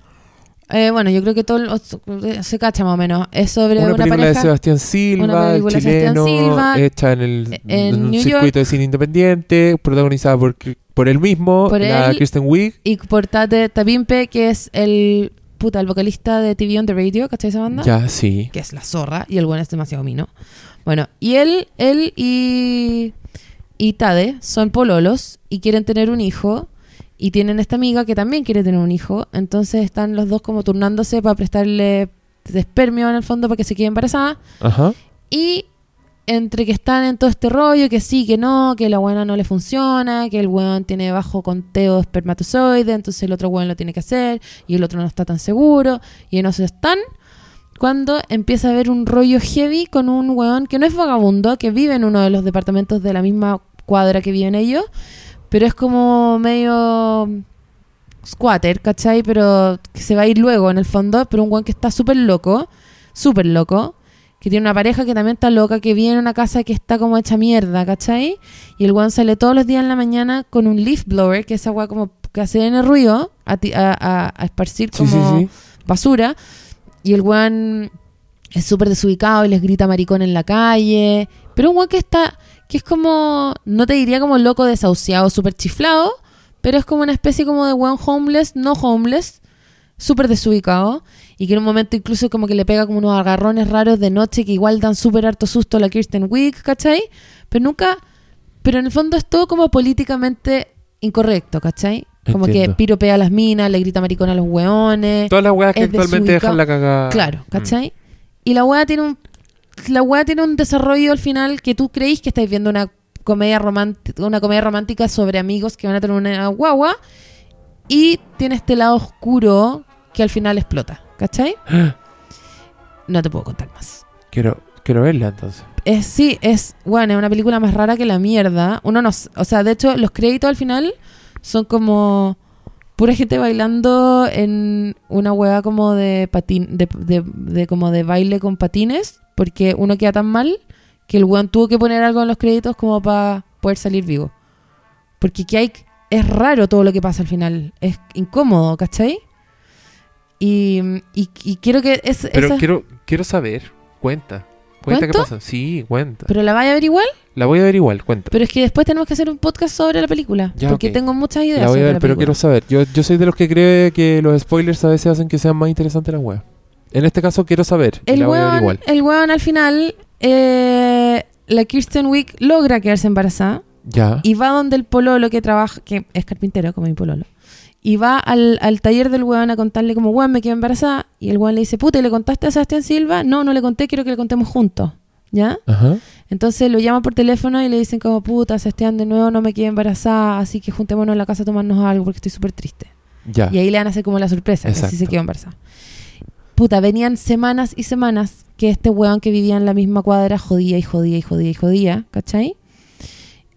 A: eh, bueno, yo creo que todo el- se cacha más o menos. Es sobre
B: Una,
A: una,
B: película de
A: pareja.
B: Sebastián Silva,
A: una película
B: el
A: de Sebastián
B: chileno,
A: Silva, eh,
B: hecha en el
A: en
B: en un
A: New
B: circuito
A: York.
B: de cine independiente, protagonizada por, por él mismo,
A: Por
B: la
A: él.
B: Kristen Wiig.
A: Y por Tate Tabimpe, que es el. Puta, el vocalista de TV on the Radio, ¿cachai esa banda?
B: Ya, sí.
A: Que es la zorra. Y el bueno es demasiado mino. Bueno, y él, él y. Y Tade son pololos y quieren tener un hijo. Y tienen esta amiga que también quiere tener un hijo. Entonces están los dos como turnándose para prestarle espermio en el fondo para que se quede embarazada.
B: Ajá.
A: Y entre que están en todo este rollo, que sí, que no, que la buena no le funciona, que el weón tiene bajo conteo de espermatozoide, entonces el otro weón lo tiene que hacer y el otro no está tan seguro, y en eso están. Cuando empieza a haber un rollo heavy con un weón que no es vagabundo, que vive en uno de los departamentos de la misma cuadra que viven ellos, pero es como medio squatter, ¿cachai? Pero que se va a ir luego en el fondo, pero un weón que está súper loco, súper loco, que tiene una pareja que también está loca, que viene a una casa que está como hecha mierda, ¿cachai? Y el weón sale todos los días en la mañana con un leaf blower, que es esa weá como que hace en el ruido, a, ti- a- a- a esparcir
B: Sí,
A: como
B: sí, sí.
A: basura. Y el weón es súper desubicado y les grita maricón en la calle. Pero un weón que está, que es como, no te diría como loco desahuciado, súper chiflado, pero es como una especie como de weón homeless, no homeless, súper desubicado. Y que en un momento incluso como que le pega como unos agarrones raros de noche que igual dan súper harto susto a la Kirsten Wiig, ¿cachai? Pero nunca, pero en el fondo es todo como políticamente incorrecto, ¿cachai? Como
B: Entiendo.
A: que piropea a las minas, le grita maricón a los weones.
B: Todas las weas que
A: es
B: actualmente
A: desubicado.
B: dejan la cagada.
A: Claro,
B: Mm.
A: ¿cachai? Y la weá tiene un la weá tiene un desarrollo al final que tú creís que estáis viendo una comedia romántica, una comedia romántica sobre amigos que van a tener una guagua y tiene este lado oscuro que al final explota, ¿cachai? No te puedo contar más.
B: Quiero, quiero verla entonces.
A: Es, sí, es, bueno, es una película más rara que la mierda. Uno no, s- o sea, de hecho, los créditos al final son como pura gente bailando en una hueá como de patín, de, de- de- como de baile con patines, porque uno queda tan mal que el weón tuvo que poner algo en los créditos como para poder salir vivo. Porque que hay, es raro todo lo que pasa al final, es incómodo, ¿cachai? Y, y- y quiero que... Es,
B: Pero
A: esa-
B: quiero, quiero saber. Cuenta. Cuenta qué
A: ¿Cuento?
B: pasa. Sí, cuenta.
A: ¿Pero la vaya a ver igual?
B: La voy a ver igual, cuenta.
A: Pero es que después tenemos que hacer un podcast sobre la película.
B: Ya,
A: porque
B: ok.
A: tengo muchas ideas
B: La voy a
A: sobre
B: ver,
A: la
B: pero
A: película.
B: quiero saber. Yo, yo soy de los que cree que los spoilers a veces hacen que sean más interesantes las weas. En este caso quiero saber. y
A: el
B: la voy a ver
A: weón,
B: igual.
A: el weón al final, eh, la Kirsten Wick logra quedarse embarazada
B: Ya.
A: y va donde el pololo que trabaja, que es carpintero, como mi pololo, y va al, al taller del weón a contarle como, weón, me quedo embarazada. Y el weón le dice, puta, ¿y le contaste a Sebastián Silva? No, no le conté, quiero que le contemos juntos. ¿Ya?
B: Ajá.
A: Entonces lo llama por teléfono y le dicen como, puta, Sebastián, de nuevo no me quedé embarazada, así que juntémonos en la casa a tomarnos algo porque estoy súper triste.
B: Ya.
A: Y ahí le van a hacer como la sorpresa, que
B: Exacto.
A: si se quedó embarazada. Puta, venían semanas y semanas que este weón que vivía en la misma cuadra jodía y jodía y jodía y jodía, ¿cachai?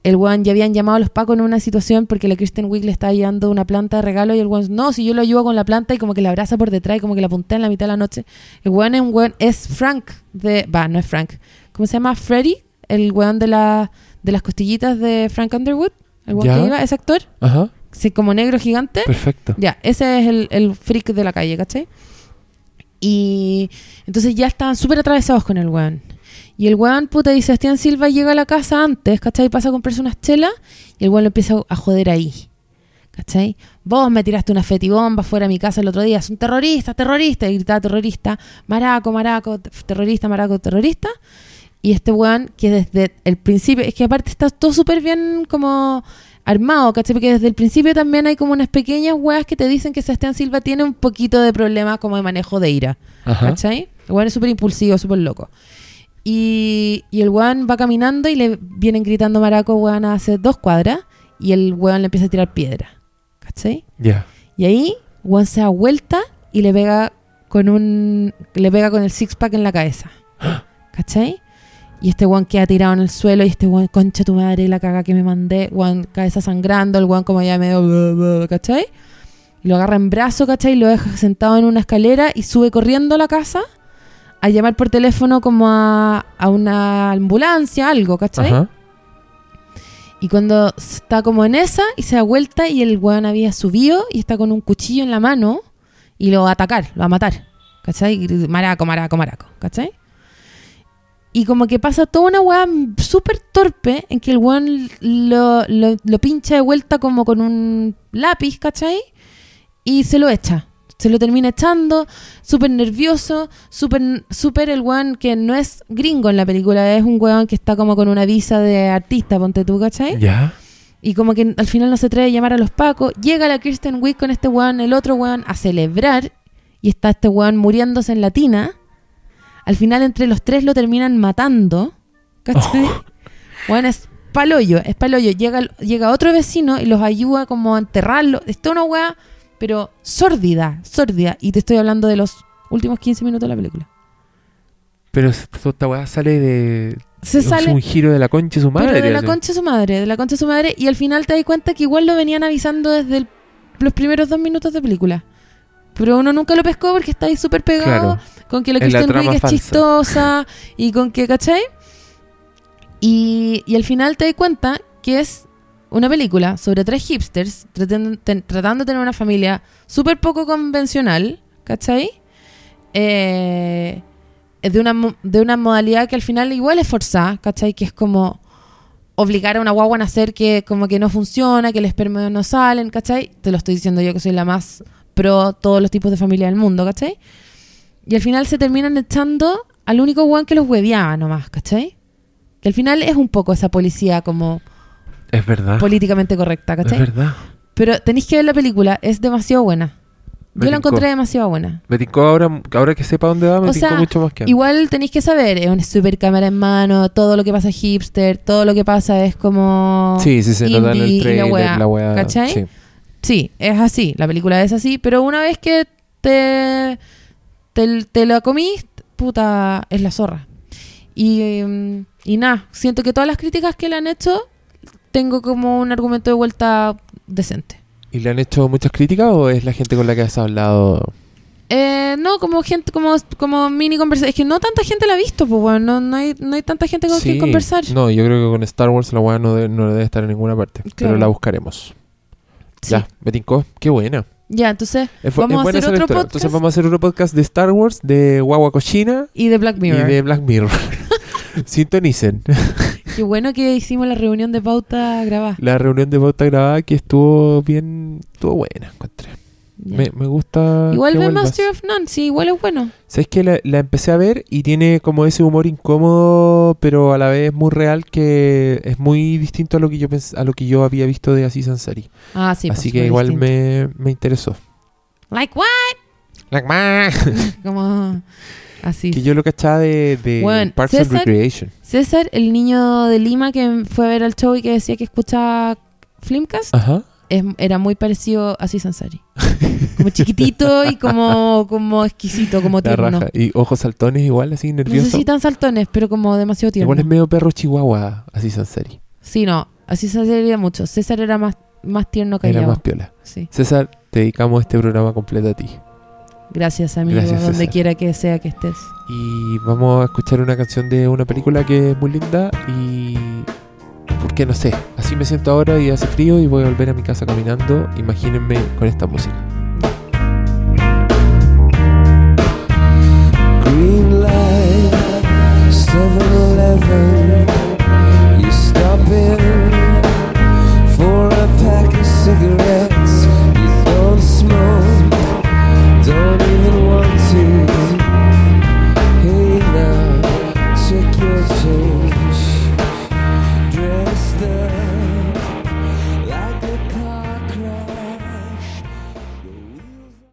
A: El weón ya habían llamado a los pacos en una situación porque la Kristen Wiig le estaba llevando una planta de regalo y el weón, no, si yo lo ayudo con la planta y como que la abraza por detrás y como que la puntea en la mitad de la noche. El weón es un weón, es Frank de, va, no es Frank, ¿cómo se llama? Freddy, el weón de, la, de las costillitas de Frank Underwood, el weón
B: Ya.
A: que iba, ese actor,
B: Ajá.
A: sí, como negro gigante.
B: Perfecto.
A: Ya, ese es el, el freak de la calle, ¿cachai? Y entonces ya estaban súper atravesados con el weón. Y el weón, puta, dice, Sebastián Silva llega a la casa antes, ¿cachai? Pasa a comprarse unas chelas y el weón lo empieza a joder ahí. ¿Cachai? Vos me tiraste una fetibomba fuera de mi casa el otro día. Es un terrorista, terrorista. Y gritaba terrorista, maraco, maraco, t- terrorista, maraco, terrorista. Y este weón que desde el principio, es que aparte está todo súper bien como armado, ¿cachai? Porque desde el principio también hay como unas pequeñas weas que te dicen que Sebastián Silva tiene un poquito de problema como de manejo de ira,
B: Ajá.
A: ¿cachai? El weón es súper impulsivo, súper loco. Y, y el weón va caminando y le vienen gritando maraco, weón, hace dos cuadras y el weón le empieza a tirar piedra, ¿cachai?
B: Ya.
A: Y ahí Juan se da vuelta y le pega con un le pega con el six pack en la cabeza. (gasps) ¿Cachai? Y este Juan queda tirado en el suelo y este Juan, concha tu madre, la caga que me mandé. Juan, cabeza sangrando, el Juan como ya medio, "Bla, bla", ¿cachai? Y lo agarra en brazo, ¿cachai? Y lo deja sentado en una escalera y sube corriendo a la casa a llamar por teléfono como a, a una ambulancia, algo, ¿cachai?
B: Ajá.
A: Y cuando está como en esa y se da vuelta y el weón había subido y está con un cuchillo en la mano y lo va a atacar, lo va a matar. ¿Cachai? Y Maraco, maraco, maraco. ¿Cachai? Y como que pasa toda una weá súper torpe en que el weón lo, lo- lo pincha de vuelta como con un lápiz, ¿cachai? Y se lo echa. Se lo termina echando, súper nervioso, súper súper el weón que no es gringo en la película, es un weón que está como con una visa de artista, ponte tú, ¿cachai?
B: Ya.
A: Y como que al final no se atreve a llamar a los pacos. Llega la Kristen Wiig con este weón, el otro weón, a celebrar. Y está este weón muriéndose en la tina. Al final entre los tres lo terminan matando. ¿Cachai? Weón es palollo, es palollo. Llega, llega otro vecino y los ayuda como a enterrarlo. Es toda una weá, pero sórdida, sórdida. Y te estoy hablando de los últimos 15 minutos de la película.
B: Pero es- toda esta weá sale de.
A: Se
B: es
A: sale...
B: un giro de la concha de su madre.
A: Pero de la
B: así.
A: concha de su madre, de la concha de su madre. Y al final te das cuenta que igual lo venían avisando desde el- los primeros dos minutos de película. Pero uno nunca lo pescó porque está ahí súper pegado
B: Claro.
A: con que la
B: En la
A: Kristen
B: trama
A: Wiig es
B: falsa.
A: chistosa y con que, ¿cachai? Y, y al final te das cuenta que es una película sobre tres hipsters traten- ten- tratando de tener una familia súper poco convencional, ¿cachai? Eh, es de una, mo- de una modalidad que al final igual es forzada, ¿cachai? Que es como obligar a una guagua a nacer que como que no funciona, que el esperma no salen, ¿cachai? Te lo estoy diciendo yo que soy la más pro todos los tipos de familia del mundo, ¿cachai? Y al final se terminan echando al único guan que los hueveaba nomás, ¿cachai? Que al final es un poco esa policía como
B: Es verdad.
A: políticamente correcta,
B: Ah. Es
A: ¿cachai?
B: verdad.
A: Pero tenéis que ver la película, es demasiado buena.
B: Me
A: Yo la
B: tincó.
A: encontré demasiado buena.
B: Me tincó ahora, ahora que sepa dónde va, me
A: O
B: tincó
A: sea,
B: mucho más que antes.
A: Igual tenéis que saber, es una super cámara en mano, todo lo que pasa es hipster, todo lo que pasa es como...
B: sí, sí, se nota en
A: indie y
B: el
A: la
B: trailer,
A: weá,
B: la weá.
A: ¿cachai?
B: Sí.
A: Sí, es así, la película es así, pero una vez que te, te, te la comís, puta, es la zorra. Y, mm, y nada, siento que todas las críticas que le han hecho, tengo como un argumento de vuelta decente.
B: ¿Y le han hecho muchas críticas o es la gente con la que has hablado?
A: Eh, no, como gente, como, como mini conversación. Es que no tanta gente la ha visto, pues bueno, no, no hay, no hay tanta gente con quien conversar.
B: No, yo creo que con Star Wars la weá no, de- no debe estar en ninguna parte. Pero
A: Claro.
B: la buscaremos.
A: Sí.
B: Ya, me tincó. Qué buena.
A: Ya, entonces
B: Es fu-
A: Vamos
B: es
A: a hacer
B: buena esa
A: otro
B: lectura.
A: podcast.
B: Entonces vamos a hacer otro podcast de Star Wars, de Guagua Cochina
A: y de Black
B: y
A: Mirror.
B: de
A: (laughs)
B: Black Mirror. Sintonicen.
A: Qué bueno que hicimos la reunión de pauta grabada.
B: La reunión de pauta grabada que estuvo bien... Estuvo buena, encontré.
A: Ya.
B: Me, me gusta...
A: Igual
B: que
A: ve
B: vuelvas.
A: Master of None, sí, igual es bueno.
B: ¿Sabes que la, la empecé a ver y tiene como ese humor incómodo, pero a la vez muy real, que es muy distinto a lo que yo pens- a lo que yo había visto de Aziz Ansari.
A: Ah, sí.
B: Así
A: pues,
B: que
A: muy
B: igual
A: distinto.
B: me, me interesó.
A: Like what?
B: Like, ma.
A: Como así.
B: que yo lo cachaba de, de
A: Bueno,
B: Parks and
A: César-
B: Recreation.
A: César, el niño de Lima que fue a ver al show y que decía que escuchaba Flimcast,
B: Ajá.
A: es- era muy parecido a Aziz
B: (laughs)
A: Ansari. Como chiquitito y como, como exquisito, como
B: La
A: tierno.
B: raja. Y ojos saltones igual, así
A: No
B: nervioso.
A: sé si tan saltones, pero como demasiado tierno.
B: igual es medio perro chihuahua, Aziz Ansari.
A: Sí, no, Aziz Ansari era mucho. César era más, más tierno que
B: Era
A: yo.
B: más piola.
A: Sí.
B: César, te dedicamos este programa completo a ti.
A: Gracias, amigo,
B: Gracias,
A: donde
B: César.
A: quiera que sea que estés.
B: Y vamos a escuchar una canción de una película que es muy linda y... Porque no sé, así me siento ahora y hace frío y voy a volver a mi casa caminando. Imagínense con esta música.
C: Green light, 7-Eleven. You stop in for a pack of cigarettes.